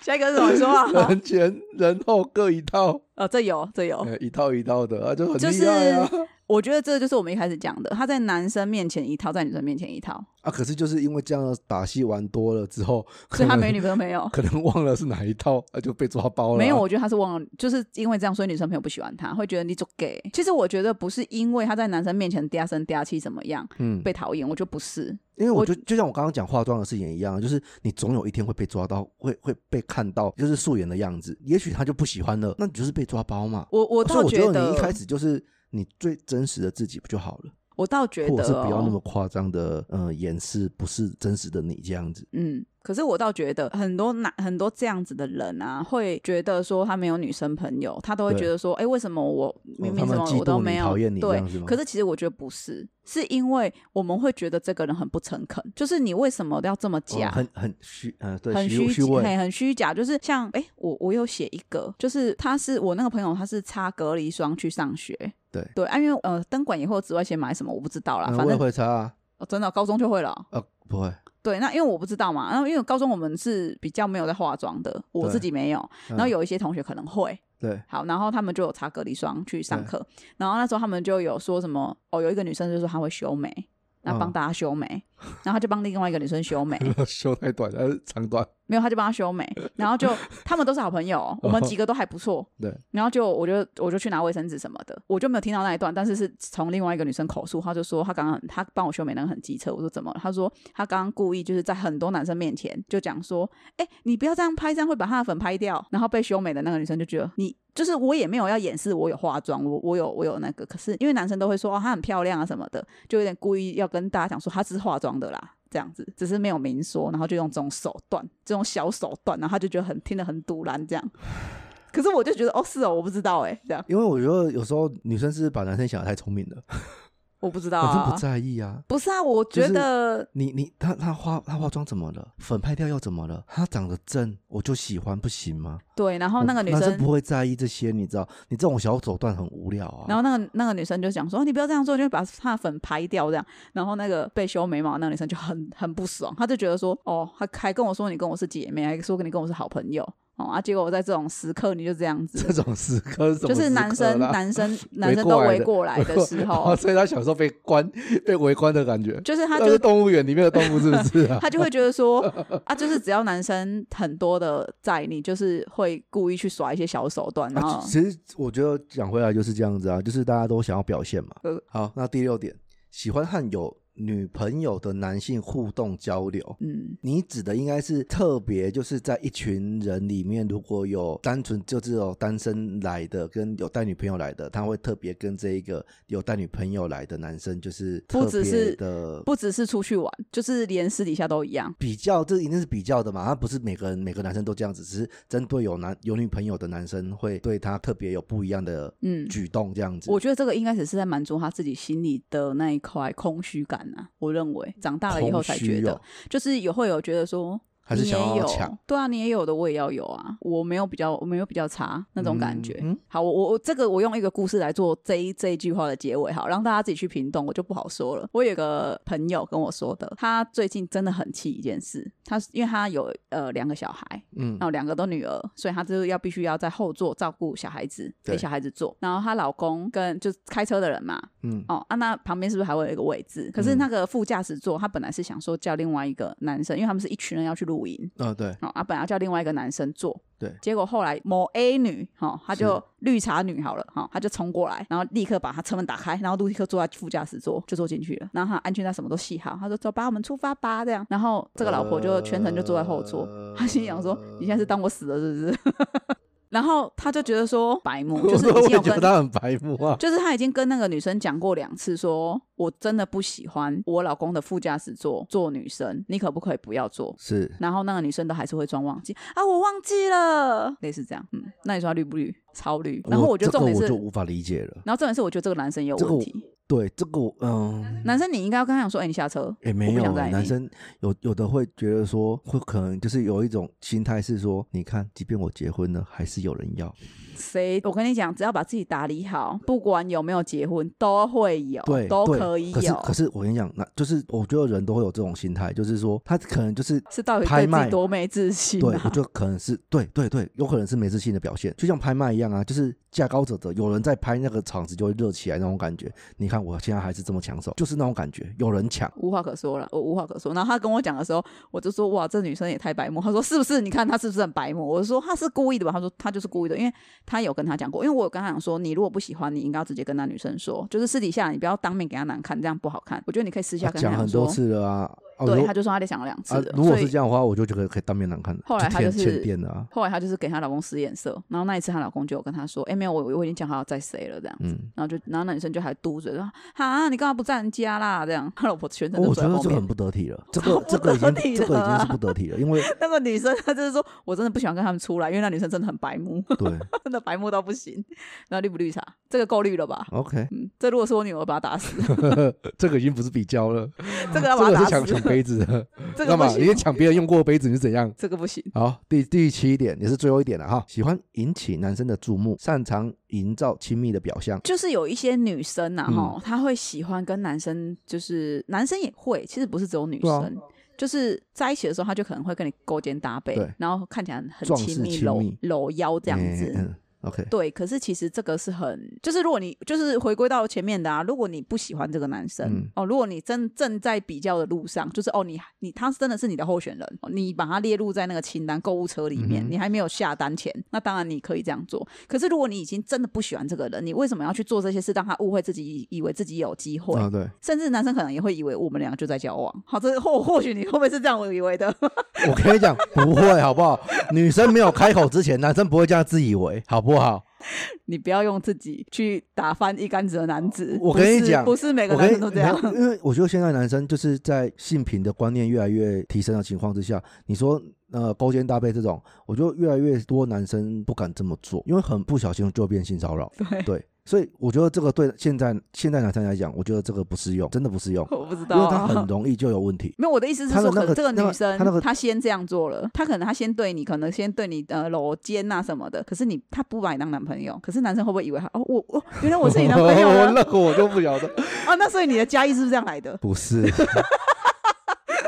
Speaker 2: 下一个是怎么说啊？
Speaker 1: 人前人后各一套。
Speaker 2: 哦，这有这有，
Speaker 1: 呃，一套一套的，啊，就很
Speaker 2: 就是
Speaker 1: 厉害啊。
Speaker 2: 我觉得这就是我们一开始讲的，他在男生面前一套，在女生面前一套，
Speaker 1: 啊，可是就是因为这样的打戏玩多了之后，
Speaker 2: 所以他
Speaker 1: 可能
Speaker 2: 没女朋友没有。
Speaker 1: 可能忘了是哪一套，啊，就被抓包了啊、
Speaker 2: 没有，我觉得他是忘了，就是因为这样，所以女生朋友不喜欢他，会觉得你就 gay。其实我觉得不是因为他在男生面前嗲声嗲气怎么样
Speaker 1: 嗯，
Speaker 2: 被讨厌，我觉得不是，
Speaker 1: 因为我
Speaker 2: 我
Speaker 1: 就就像我刚刚讲化妆的事情也一样，啊就是你总有一天会被抓到，会会被看到，就是素颜的样子。也许他就不喜欢了，那你就是被抓包嘛。
Speaker 2: 我我
Speaker 1: 所以
Speaker 2: 倒
Speaker 1: 我
Speaker 2: 觉
Speaker 1: 得
Speaker 2: 得
Speaker 1: 你一开始就是你最真实的自己不就好了？
Speaker 2: 我我倒觉
Speaker 1: 或
Speaker 2: 得、
Speaker 1: 者是不要那
Speaker 2: 哦
Speaker 1: 么夸张的，呃，掩饰不是真实的你这样子。
Speaker 2: 嗯，可是我倒觉得很多男很多这样子的人啊，会觉得说他没有女生朋友，他都会
Speaker 1: 对哦
Speaker 2: 觉得说，哎、为什么我明明
Speaker 1: 他们
Speaker 2: 什么
Speaker 1: 嫉
Speaker 2: 我都
Speaker 1: 妒你
Speaker 2: 没有？
Speaker 1: 讨厌你这
Speaker 2: 对
Speaker 1: 样子，吗
Speaker 2: 可是其实我觉得不是，是因为我们会觉得这个人很不诚恳，就是你为什么要这么假？
Speaker 1: 哦很很虚，呃，对，
Speaker 2: 很
Speaker 1: 虚
Speaker 2: 虚
Speaker 1: 虚
Speaker 2: 假，嘿
Speaker 1: 伪，
Speaker 2: 很虚假，就是像哎、我我有写一个，就是他是我那个朋友，他是擦隔离霜去上学，
Speaker 1: 对
Speaker 2: 对，啊，因为呃灯管也会有紫外线买什么，我不知道啦，
Speaker 1: 呃
Speaker 2: 反
Speaker 1: 我也
Speaker 2: 正、
Speaker 1: 会查啊，
Speaker 2: 哦真的高中就会了哦，
Speaker 1: 呃，不会，
Speaker 2: 对，那因为我不知道嘛，然后因为高中我们是比较没有在化妆的，我
Speaker 1: 对
Speaker 2: 自己没有，
Speaker 1: 嗯
Speaker 2: 然后有一些同学可能会，
Speaker 1: 对，
Speaker 2: 好，然后他们就有擦隔离霜去上
Speaker 1: 对
Speaker 2: 课，然后那时候他们就有说什么，哦，有一个女生就说她会修眉，然后帮
Speaker 1: 嗯
Speaker 2: 大家修眉，然后她就帮另外一个女生修眉，
Speaker 1: 修太短，还是长短？
Speaker 2: 没有，他就帮她修眉，然后就他们都是好朋友哦、我们几个都还不错。
Speaker 1: 对，
Speaker 2: 然后就我就我就去拿卫生纸什么的，我就没有听到那一段，但是是从另外一个女生口述，她就说她刚刚很她帮我修眉那个很机车，我说怎么了？她说她刚刚故意就是在很多男生面前就讲说，哎、你不要这样拍，这样会把她的粉拍掉。然后被修眉的那个女生就觉得你。就是我也没有要掩饰我有化妆，我我有我有那个，可是因为男生都会说哦她很漂亮啊什么的，就有点故意要跟大家讲说她是化妆的啦，这样子，只是没有明说，然后就用这种手段，这种小手段，然后他就觉得很听得很堵然这样。可是我就觉得哦是哦，我不知道哎，这样
Speaker 1: 因为我觉得有时候女生是把男生想的太聪明了，
Speaker 2: 我不知道
Speaker 1: 男生
Speaker 2: 啊
Speaker 1: 不，在意啊。
Speaker 2: 不是啊，我觉得
Speaker 1: 你你她她化她化妆怎么了？粉拍掉又怎么了？她长得正，我就喜欢，不行吗？
Speaker 2: 对，然哦后那个女
Speaker 1: 男生
Speaker 2: 生。
Speaker 1: 不会在意这些，你知道？你这种小手段很无聊啊。
Speaker 2: 然后那个那个女生就讲说，哦你不要这样做，就会把她的粉拍掉这样。然后那个被修眉毛的那个女生就很很不爽，她就觉得说，哦，还还跟我说你跟我是姐妹，还说跟你跟我是好朋友，哦啊，结果我在这种时刻你就这样子，
Speaker 1: 这种时刻是什么
Speaker 2: 就是男
Speaker 1: 时刻
Speaker 2: 生
Speaker 1: 啦
Speaker 2: 男 生男生都
Speaker 1: 过来
Speaker 2: 围
Speaker 1: 的
Speaker 2: 过来的时候
Speaker 1: 哦， 所以他享受被关、被围观的感觉。
Speaker 2: 就是他
Speaker 1: 那
Speaker 2: 就是
Speaker 1: 动物园里面的动物，是不是啊？
Speaker 2: 他就会觉得说啊，就是只要男生很多的在，你就是会故意去耍一些小手段，然后、
Speaker 1: 啊其其实我觉得讲回来就是这样子啊，就是大家都想要表现嘛。
Speaker 2: 呃
Speaker 1: 好，那第六点，喜欢和有女朋友的男性互动交流。
Speaker 2: 嗯，
Speaker 1: 你指的应该是特别，就是在一群人里面，如果有单纯就只有单身来的，跟有带女朋友来的，他会特别跟这一个有带女朋友来的男生，就是
Speaker 2: 不
Speaker 1: 特
Speaker 2: 只
Speaker 1: 别
Speaker 2: 是
Speaker 1: 的
Speaker 2: 不只是出去玩，就是连私底下都一样。
Speaker 1: 比较，这一定是比较的嘛。他不是每个人每个男生都这样子，只是针对有男有女朋友的男生会对他特别有不一样的
Speaker 2: 嗯
Speaker 1: 举动，这样子。
Speaker 2: 我觉得这个应该只是在满足他自己心里的那一块空虚感啊。我认为长大了以后才
Speaker 1: 空
Speaker 2: 觉
Speaker 1: 虚
Speaker 2: 得，
Speaker 1: 哦
Speaker 2: 就是有会有觉得说，
Speaker 1: 还是
Speaker 2: 你也
Speaker 1: 想要
Speaker 2: 有
Speaker 1: 抢，
Speaker 2: 对啊，你也有的，我也要有啊。我没有比较，我没有比较差那种感觉。
Speaker 1: 嗯嗯
Speaker 2: 好，我我我这个我用一个故事来做这一这一句话的结尾，好，让大家自己去评动，我就不好说了。我有个朋友跟我说的，他最近真的很气一件事，他因为他有呃两个小孩，
Speaker 1: 嗯
Speaker 2: 然，后两个都女儿，所以她就是要必须要在后座照顾小孩子，
Speaker 1: 对
Speaker 2: 给小孩子坐。然后她老公跟就开车的人嘛，
Speaker 1: 嗯，
Speaker 2: 哦，啊，那旁边是不是还会有一个位置？可是
Speaker 1: 嗯
Speaker 2: 那个副驾驶座，她本来是想说叫另外一个男生，因为他们是一群人要去露营，
Speaker 1: 啊，对，
Speaker 2: 哦，啊，本来要叫另外一个男生坐，
Speaker 1: 对
Speaker 2: 结果后来某 A 女，哦，她
Speaker 1: 是
Speaker 2: 就绿茶女好了，哈、哦，她就冲过来，然后立刻把她车门打开，然后立刻坐在副驾驶座就坐进去了，然后她安全带什么都系好，她说走吧，我们出发吧，这样，然后这个老婆就全程就坐在后座，
Speaker 1: 呃
Speaker 2: 她心想 说你现在是当我死了是不是？ 然后她就觉得说白目，就是
Speaker 1: 我
Speaker 2: 已
Speaker 1: 也
Speaker 2: 经有
Speaker 1: 觉得
Speaker 2: 跟
Speaker 1: 他很白目啊。
Speaker 2: 就是他已经跟那个女生讲过两次说，我真的不喜欢我老公的副驾驶座坐女生，你可不可以不要坐？
Speaker 1: 是，
Speaker 2: 然后那个女生都还是会装忘记啊，我忘记了，类似这样。嗯，那你说他绿不绿？超绿。然后我觉得
Speaker 1: 呃这
Speaker 2: 重
Speaker 1: 个
Speaker 2: 点
Speaker 1: 我
Speaker 2: 是，
Speaker 1: 就无法理解了。
Speaker 2: 然后重点是，我觉得这个男生也有
Speaker 1: 这个
Speaker 2: 问
Speaker 1: 我
Speaker 2: 题。
Speaker 1: 对，这个我嗯。
Speaker 2: 男生你应该要跟他讲说，哎、你下车。
Speaker 1: 也没
Speaker 2: 我不
Speaker 1: 有
Speaker 2: 想在
Speaker 1: 欸，
Speaker 2: 意
Speaker 1: 男
Speaker 2: 你
Speaker 1: 生有有的会觉得说，会可能就是有一种心态是说，你看，即便我结婚了，还是有人要。
Speaker 2: 哦谁？我跟你讲，只要把自己打理好，不管有没有结婚，都会有，
Speaker 1: 对，
Speaker 2: 都
Speaker 1: 对
Speaker 2: 可以
Speaker 1: 可是
Speaker 2: 有。
Speaker 1: 可是我跟你讲，那就是我觉得人都会有这种心态，就是说他可能就是。
Speaker 2: 是到底
Speaker 1: 拍
Speaker 2: 对自
Speaker 1: 卖
Speaker 2: 己多没自信、
Speaker 1: 对，
Speaker 2: 啊？
Speaker 1: 我觉得可能是对对对，有可能是没自信的表现，就像拍卖一样啊，就是价高者得，有人在拍那个场子就会热起来那种感觉。你看我现在还是这么抢手，就是那种感觉，有人抢，
Speaker 2: 无话可说了，我无话可说。然后他跟我讲的时候，我就说哇，这女生也太白目。他说是不是？你看她是不是很白目？我说她是故意的吧？他说她就是故意的，因为他有跟他讲过，因为我有跟他讲说，你如果不喜欢，你应该要直接跟那女生说，就是私底下你不要当面给她难看，这样不好看。我觉得你可以私下
Speaker 1: 他
Speaker 2: 跟她
Speaker 1: 讲很
Speaker 2: 说
Speaker 1: 多，次了啊，哦如
Speaker 2: 对，
Speaker 1: 果
Speaker 2: 她就说她得想了两次
Speaker 1: 啊
Speaker 2: 了。，
Speaker 1: 如果
Speaker 2: 所以
Speaker 1: 是这样的话，我就觉得可以当面难看了，
Speaker 2: 后来她
Speaker 1: 欠
Speaker 2: 就是
Speaker 1: 欠电了啊，
Speaker 2: 后来她就是给她老公使眼色，然后那一次她老公就有跟她说：“哎、没有，我我已经讲好要再谁了这样。”
Speaker 1: 嗯，
Speaker 2: 然后就，然后那女生就还嘟嘴说：“哈，你干嘛不站人家啦？”这样，她老婆全程
Speaker 1: 哦
Speaker 2: 都
Speaker 1: 我
Speaker 2: 坐
Speaker 1: 觉
Speaker 2: 在
Speaker 1: 得
Speaker 2: 后
Speaker 1: 这
Speaker 2: 面。
Speaker 1: 很不得体 了，这
Speaker 2: 超
Speaker 1: 个
Speaker 2: 不
Speaker 1: 这个已经
Speaker 2: 得体
Speaker 1: 这个已经
Speaker 2: 了
Speaker 1: 是
Speaker 2: 啊
Speaker 1: 不得体了，因 为
Speaker 2: 那个女生她就是说：“我真的不喜欢跟他们出来，因为那女生真的很白目，
Speaker 1: 对
Speaker 2: 真的白目到不行。”然后绿不绿茶，这个够绿了吧？
Speaker 1: ，OK，
Speaker 2: 嗯，这如果是我女儿，我把她打死，
Speaker 1: 这个已经不是比较了，
Speaker 2: 这个要
Speaker 1: 这
Speaker 2: 把
Speaker 1: 个
Speaker 2: 她
Speaker 1: 是
Speaker 2: 打
Speaker 1: 抢
Speaker 2: 死，
Speaker 1: 抢杯子的，
Speaker 2: 这个
Speaker 1: 干
Speaker 2: 不
Speaker 1: 嘛？你
Speaker 2: 行，
Speaker 1: 抢别人用过的杯子你是怎样？
Speaker 2: 这个不行。
Speaker 1: 好，第第七点也是最后一点了哈，喜欢引起男生的注目，擅长营造亲密的表象。
Speaker 2: 就是有一些女生
Speaker 1: 嗯
Speaker 2: 呐、啊，哈、她会喜欢跟男生，就是男生也会，其实不是只有女
Speaker 1: 对啊
Speaker 2: 生，就是在一起的时候，她就可能会跟你勾肩搭背
Speaker 1: 对，
Speaker 2: 然后看起来很
Speaker 1: 壮
Speaker 2: 亲
Speaker 1: 士
Speaker 2: 密，
Speaker 1: 亲
Speaker 2: 搂
Speaker 1: 密
Speaker 2: 搂腰这样子。
Speaker 1: 嗯嗯，OK，
Speaker 2: 对，可是其实这个是很，就是如果你就是回归到前面的啊，如果你不喜欢这个男生、
Speaker 1: 嗯
Speaker 2: 哦，如果你正正在比较的路上，就是哦，你你他真的是你的候选人，哦你把他列入在那个清单购物车里面，
Speaker 1: 嗯哼
Speaker 2: 你还没有下单前，那当然你可以这样做。可是如果你已经真的不喜欢这个人，你为什么要去做这些事，让他误会自己，以以为自己有机会？
Speaker 1: 啊对，
Speaker 2: 甚至男生可能也会以为我们两个就在交往，好，这或或许你会不会是这样以为的？
Speaker 1: 我跟你讲，不会好不好？女生没有开口之前，男生不会这样自以为，好不好？
Speaker 2: 你不要用自己去打翻一竿子的男子。
Speaker 1: 我
Speaker 2: 不
Speaker 1: 跟你
Speaker 2: 是
Speaker 1: 讲
Speaker 2: 不是每个
Speaker 1: 我
Speaker 2: 男
Speaker 1: 跟
Speaker 2: 生
Speaker 1: 你
Speaker 2: 都这样。
Speaker 1: 你看因为我觉得现在男生就是在性平的观念越来越提升的情况之下，你说呃勾肩搭背这种，我觉得越来越多男生不敢这么做，因为很不小心就变性骚 扰。
Speaker 2: 对
Speaker 1: 对，所以我觉得这个对现在现在男生来讲，我觉得这个不适用，真的不适用，
Speaker 2: 我不知道、
Speaker 1: 因为他
Speaker 2: 啊，
Speaker 1: 很容易就有问 题。
Speaker 2: 没有我的意思是
Speaker 1: 他的
Speaker 2: 说，
Speaker 1: 那
Speaker 2: 可
Speaker 1: 个
Speaker 2: 能这个
Speaker 1: 那个
Speaker 2: 女生
Speaker 1: 他那个
Speaker 2: 她先这样做了，她可能她先对你，可能先对你呃搂肩啊什么的，可是你她不把你当男朋友，可是男生会不会以为他哦我我原来我是你男朋友
Speaker 1: 我
Speaker 2: 啊？
Speaker 1: 那个我就不晓得，
Speaker 2: 哦，那所以你的家意是不是这样来的？
Speaker 1: 不 是。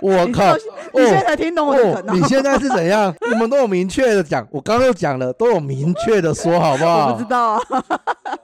Speaker 1: 我
Speaker 2: 你
Speaker 1: 靠
Speaker 2: 到！你现在才听懂我的梗
Speaker 1: 哦，你
Speaker 2: 哦。
Speaker 1: 现在是怎样？ 我们都有明确的讲，我刚刚又讲了，都有明确的说，好不
Speaker 2: 我
Speaker 1: 好
Speaker 2: 不知？道啊，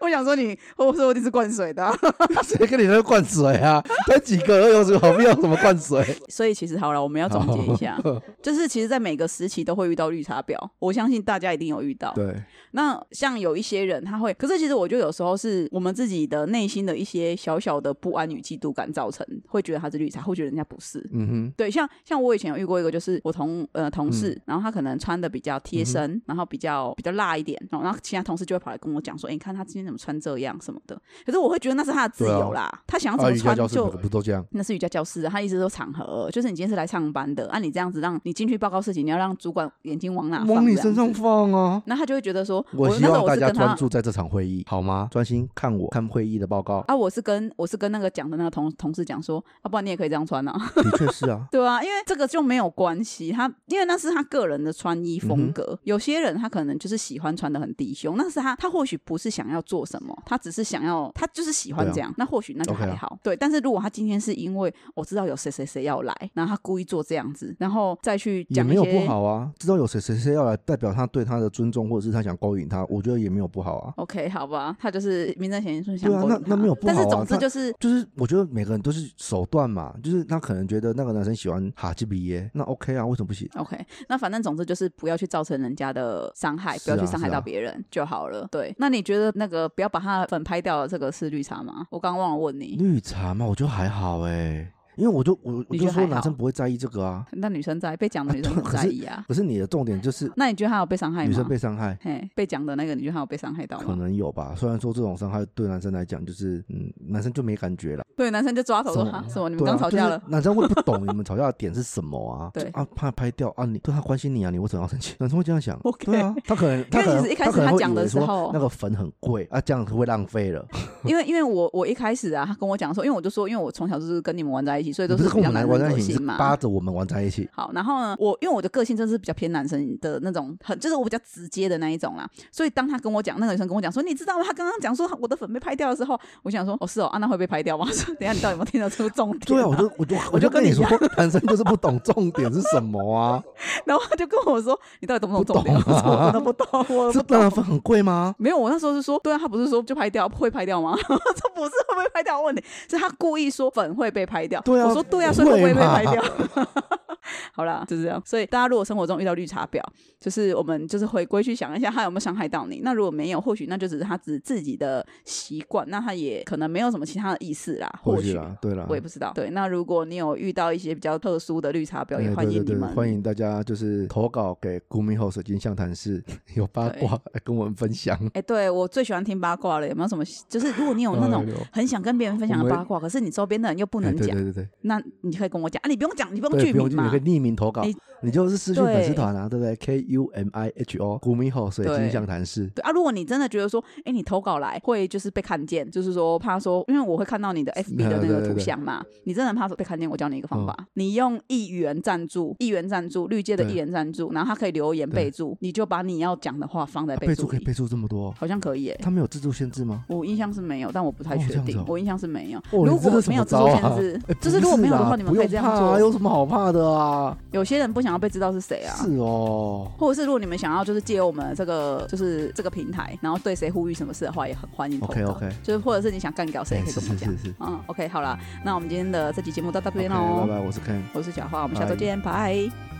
Speaker 2: 我想说你，我说我一定是灌水的啊、
Speaker 1: 谁跟你在那灌水啊？才几个而已，有什么好必要什么灌水？
Speaker 2: 所以其实好了，我们要总结一下，就是其实，在每个时期都会遇到绿茶婊，我相信大家一定有遇到。
Speaker 1: 对，
Speaker 2: 那像有一些人他会，可是其实我觉得有时候是我们自己的内心的一些小小的不安与嫉妒感造成，会觉得他是绿茶，会觉得人家不是。
Speaker 1: 嗯
Speaker 2: 对，像像我以前有遇过一个，就是我同呃同事，然后他可能穿的比较
Speaker 1: 嗯
Speaker 2: 贴身，然后比较比较辣一点，然后然后其他同事就会跑来跟我讲说，哎、你看他今天怎么穿这样什么的。可是我会觉得那是他的自
Speaker 1: 对啊
Speaker 2: 由啦，他想
Speaker 1: 哼，啊，
Speaker 2: 要怎么
Speaker 1: 瑜伽
Speaker 2: 穿
Speaker 1: 教室
Speaker 2: 就
Speaker 1: 不不都这样？
Speaker 2: 那是瑜伽教师啊，他意思说场合，就是你今天是来上班的，啊，你这样子让你进去报告事情，你要让主管眼睛往哪放？
Speaker 1: 往你
Speaker 2: 这样
Speaker 1: 身上
Speaker 2: 子
Speaker 1: 放啊！
Speaker 2: 那他就会觉得说，
Speaker 1: 我希
Speaker 2: 那时候
Speaker 1: 望
Speaker 2: 我
Speaker 1: 大
Speaker 2: 是
Speaker 1: 家
Speaker 2: 跟
Speaker 1: 专
Speaker 2: 他，
Speaker 1: 注在这场会议，好吗？专心看我看会议的报告
Speaker 2: 啊，我是跟我是跟那个讲的那个同同事讲说，啊，不然你也可以这样穿啊，
Speaker 1: 的确是啊，
Speaker 2: 对啊，因为这个就没有关系，他因为那是他个人的穿衣
Speaker 1: 嗯
Speaker 2: 风
Speaker 1: 哼
Speaker 2: 格，有些人他可能就是喜欢穿的很低胸，那是他他或许不是想要做什么，他只是想要他就是喜欢
Speaker 1: 对啊
Speaker 2: 这样，那或许那就
Speaker 1: OK 啊
Speaker 2: 还好对，但是如果他今天是因为我知道有谁谁谁要来，然后他故意做这样子，然后再去
Speaker 1: 也
Speaker 2: 讲
Speaker 1: 没
Speaker 2: 一
Speaker 1: 有不
Speaker 2: 些。
Speaker 1: 好啊。知道有谁谁谁要来，代表他对他的尊重，或者是他想勾引他，我觉得也没有不好啊。
Speaker 2: OK，好吧，他就是名正言顺想
Speaker 1: 对啊
Speaker 2: 勾
Speaker 1: 那
Speaker 2: 引
Speaker 1: 那
Speaker 2: 他
Speaker 1: 没有不
Speaker 2: 但是
Speaker 1: 好啊
Speaker 2: 总之
Speaker 1: 他
Speaker 2: 就是
Speaker 1: 就是我觉得每个人都是手段嘛，就是他可能觉得那个男生喜欢哈基比耶，那 OK 啊，为什么不行？
Speaker 2: OK，那反正总之就是不要去造成人家的伤害，不
Speaker 1: 是啊
Speaker 2: 要去伤害
Speaker 1: 是啊
Speaker 2: 到别人就好了。对，那你觉得那个不要把他的粉拍掉了，这个是绿茶吗？我刚忘了问你，
Speaker 1: 绿茶嘛，我觉得还好哎、因为我就我我
Speaker 2: 你
Speaker 1: 就
Speaker 2: 觉得
Speaker 1: 说
Speaker 2: 还
Speaker 1: 男生
Speaker 2: 好
Speaker 1: 不会在意这个啊。
Speaker 2: 那女生在被讲的女 生
Speaker 1: 对
Speaker 2: 很
Speaker 1: 可
Speaker 2: 在
Speaker 1: 是
Speaker 2: 意啊。
Speaker 1: 可是你的重点就是
Speaker 2: 那你觉得她有被伤害哦
Speaker 1: 女生
Speaker 2: 吗
Speaker 1: 被？伤害，
Speaker 2: 嘿，被讲的那个，你觉得她有被伤害到
Speaker 1: 可
Speaker 2: 吗？
Speaker 1: 能有吧。虽然说这种伤害对男生来讲就是，嗯，男生就没感觉了。
Speaker 2: 对，男生就抓头说
Speaker 1: 什么
Speaker 2: 哈什么，你们
Speaker 1: 对
Speaker 2: 刚
Speaker 1: 啊，
Speaker 2: 吵架了
Speaker 1: 就。是男生会不懂 你们吵架的点是什么啊？
Speaker 2: 对
Speaker 1: 就啊，怕拍掉啊，你对他关心你啊，你为什么要生气？ 男生会这样想。
Speaker 2: OK
Speaker 1: 对啊，他可能他
Speaker 2: 因为
Speaker 1: 可
Speaker 2: 其
Speaker 1: 能
Speaker 2: 实一开
Speaker 1: 他
Speaker 2: 始
Speaker 1: 可能
Speaker 2: 他
Speaker 1: 会
Speaker 2: 讲
Speaker 1: 以
Speaker 2: 的
Speaker 1: 为
Speaker 2: 时
Speaker 1: 说
Speaker 2: 候
Speaker 1: 那个粉很贵啊，这样会浪费 了。
Speaker 2: 因为因为我我一开始啊，他跟我讲说，因为我就说，因为我从小就是跟你们玩在一起，所以
Speaker 1: 你
Speaker 2: 都
Speaker 1: 不是跟
Speaker 2: 比
Speaker 1: 我
Speaker 2: 较
Speaker 1: 们
Speaker 2: 男
Speaker 1: 来
Speaker 2: 人
Speaker 1: 玩在
Speaker 2: 个
Speaker 1: 一起，你
Speaker 2: 性
Speaker 1: 是
Speaker 2: 嘛。
Speaker 1: 扒着我们玩在一 起。
Speaker 2: 好，然后呢，我因为我的个性真的是比较偏男生的那种，很就是我比较直接的那一种啦，所以当他跟我讲，那个女生跟我讲说，你知道吗？他刚刚讲说我的粉被拍掉的时候，我想说，哦是哦，啊那会被拍掉吗？ 我说等一下你到底有没有听得出重点、
Speaker 1: 对啊，我就我 就我就
Speaker 2: 跟
Speaker 1: 跟你
Speaker 2: 你一
Speaker 1: 说
Speaker 2: 样，
Speaker 1: 男生就是不懂重点是什么啊？
Speaker 2: 然后他就跟我说，你到底懂不懂重点？
Speaker 1: 不懂啊
Speaker 2: 我说我真的不懂， 我
Speaker 1: 这
Speaker 2: 不
Speaker 1: 那
Speaker 2: 懂。
Speaker 1: 粉很贵吗？
Speaker 2: 没有，我那时候是说，对啊，他不是说就拍掉会拍掉吗？ 这不是会不会拍掉的问题，是他故意说粉会被拍掉。
Speaker 1: 对啊
Speaker 2: 我说对啊，所以
Speaker 1: 会
Speaker 2: 会不会被
Speaker 1: 嘛
Speaker 2: 拍掉？ 好啦，就是这样。所以大家如果生活中遇到绿茶婊，就是我们就是回归去想一下，他有没有伤害到你？那如果没有，或许那就只是他只自己的习惯，那他也可能没有什么其他的意思啦。 或
Speaker 1: 许
Speaker 2: 许
Speaker 1: 啦，对啦
Speaker 2: 我，也不知道。对，那如果你有遇到一些比较特殊的绿茶婊，
Speaker 1: 哎
Speaker 2: 也欢
Speaker 1: 对
Speaker 2: 迎
Speaker 1: 对对，
Speaker 2: 你们
Speaker 1: 欢迎大家就是投稿给古米后水晶象谈室，有八
Speaker 2: 对
Speaker 1: 卦来跟我们分享。
Speaker 2: 哎、对我最喜欢听八卦了，有没有什么？就是如果你有那
Speaker 1: 哎
Speaker 2: 种
Speaker 1: 呦
Speaker 2: 很想跟别人分享
Speaker 1: 我
Speaker 2: 的
Speaker 1: 们
Speaker 2: 八卦，可是你周边的人又不
Speaker 1: 不
Speaker 2: 能讲，
Speaker 1: 对对对
Speaker 2: 那你可以跟我讲啊，你不用讲，你不用
Speaker 1: 对，
Speaker 2: 剧
Speaker 1: 不用
Speaker 2: 名
Speaker 1: 具名，
Speaker 2: 嘛
Speaker 1: 可以。匿名投稿
Speaker 2: 你，
Speaker 1: 你就是私讯粉丝
Speaker 2: 对
Speaker 1: 团啊，对不对？K U M I H O 古米后水晶
Speaker 2: 对
Speaker 1: 象谈室，
Speaker 2: 对啊，如果你真的觉得说，哎，你投稿来会就是被看见，就是说怕说，因为我会 看到你的 FB 的那
Speaker 1: 对对
Speaker 2: 个
Speaker 1: 对
Speaker 2: 图
Speaker 1: 对
Speaker 2: 像嘛，你真的怕说被看见，我教你一个方法，你用一元赞助，一元赞助，绿界的
Speaker 1: 对
Speaker 2: 一元赞助，然后他可以留言
Speaker 1: 对
Speaker 2: 备注，你就把你要讲的话放在
Speaker 1: 啊
Speaker 2: 备
Speaker 1: 备注
Speaker 2: 注
Speaker 1: 可以
Speaker 2: 里，
Speaker 1: 备注这么多哦，
Speaker 2: 好像可以耶。
Speaker 1: 他们有制度限制吗？
Speaker 2: 我印象是没有，但我不太
Speaker 1: 哦
Speaker 2: 确
Speaker 1: 这样子
Speaker 2: 定。
Speaker 1: 哦
Speaker 2: 我印象是没有。
Speaker 1: 哦
Speaker 2: 如
Speaker 1: 你这
Speaker 2: 果
Speaker 1: 是什
Speaker 2: 没有
Speaker 1: 么
Speaker 2: 制度
Speaker 1: 招
Speaker 2: 限
Speaker 1: 啊
Speaker 2: 制，
Speaker 1: 哎
Speaker 2: 就是
Speaker 1: 不
Speaker 2: 如果没有的
Speaker 1: 啦
Speaker 2: 话，你们
Speaker 1: 不
Speaker 2: 可以
Speaker 1: 用
Speaker 2: 这样
Speaker 1: 怕啊
Speaker 2: 做。
Speaker 1: 有什么好怕的啊？
Speaker 2: 有些人不想要被知道是谁啊，
Speaker 1: 是哦，
Speaker 2: 或者是如果你们想要就是借由我们这个就是这个平台，然后对谁呼吁什么事的话，也很欢迎投稿。
Speaker 1: OK，OK
Speaker 2: 就是或者是你想干掉谁，也
Speaker 1: 哎
Speaker 2: 可以
Speaker 1: 是
Speaker 2: 跟我们
Speaker 1: 是
Speaker 2: 讲。
Speaker 1: 是是。
Speaker 2: 嗯，OK，好了，那我们今天的这期节目到这边
Speaker 1: OK，
Speaker 2: 喽
Speaker 1: 拜。拜，我是 Ken。
Speaker 2: 我是小花，我们下
Speaker 1: 拜
Speaker 2: 周见，拜。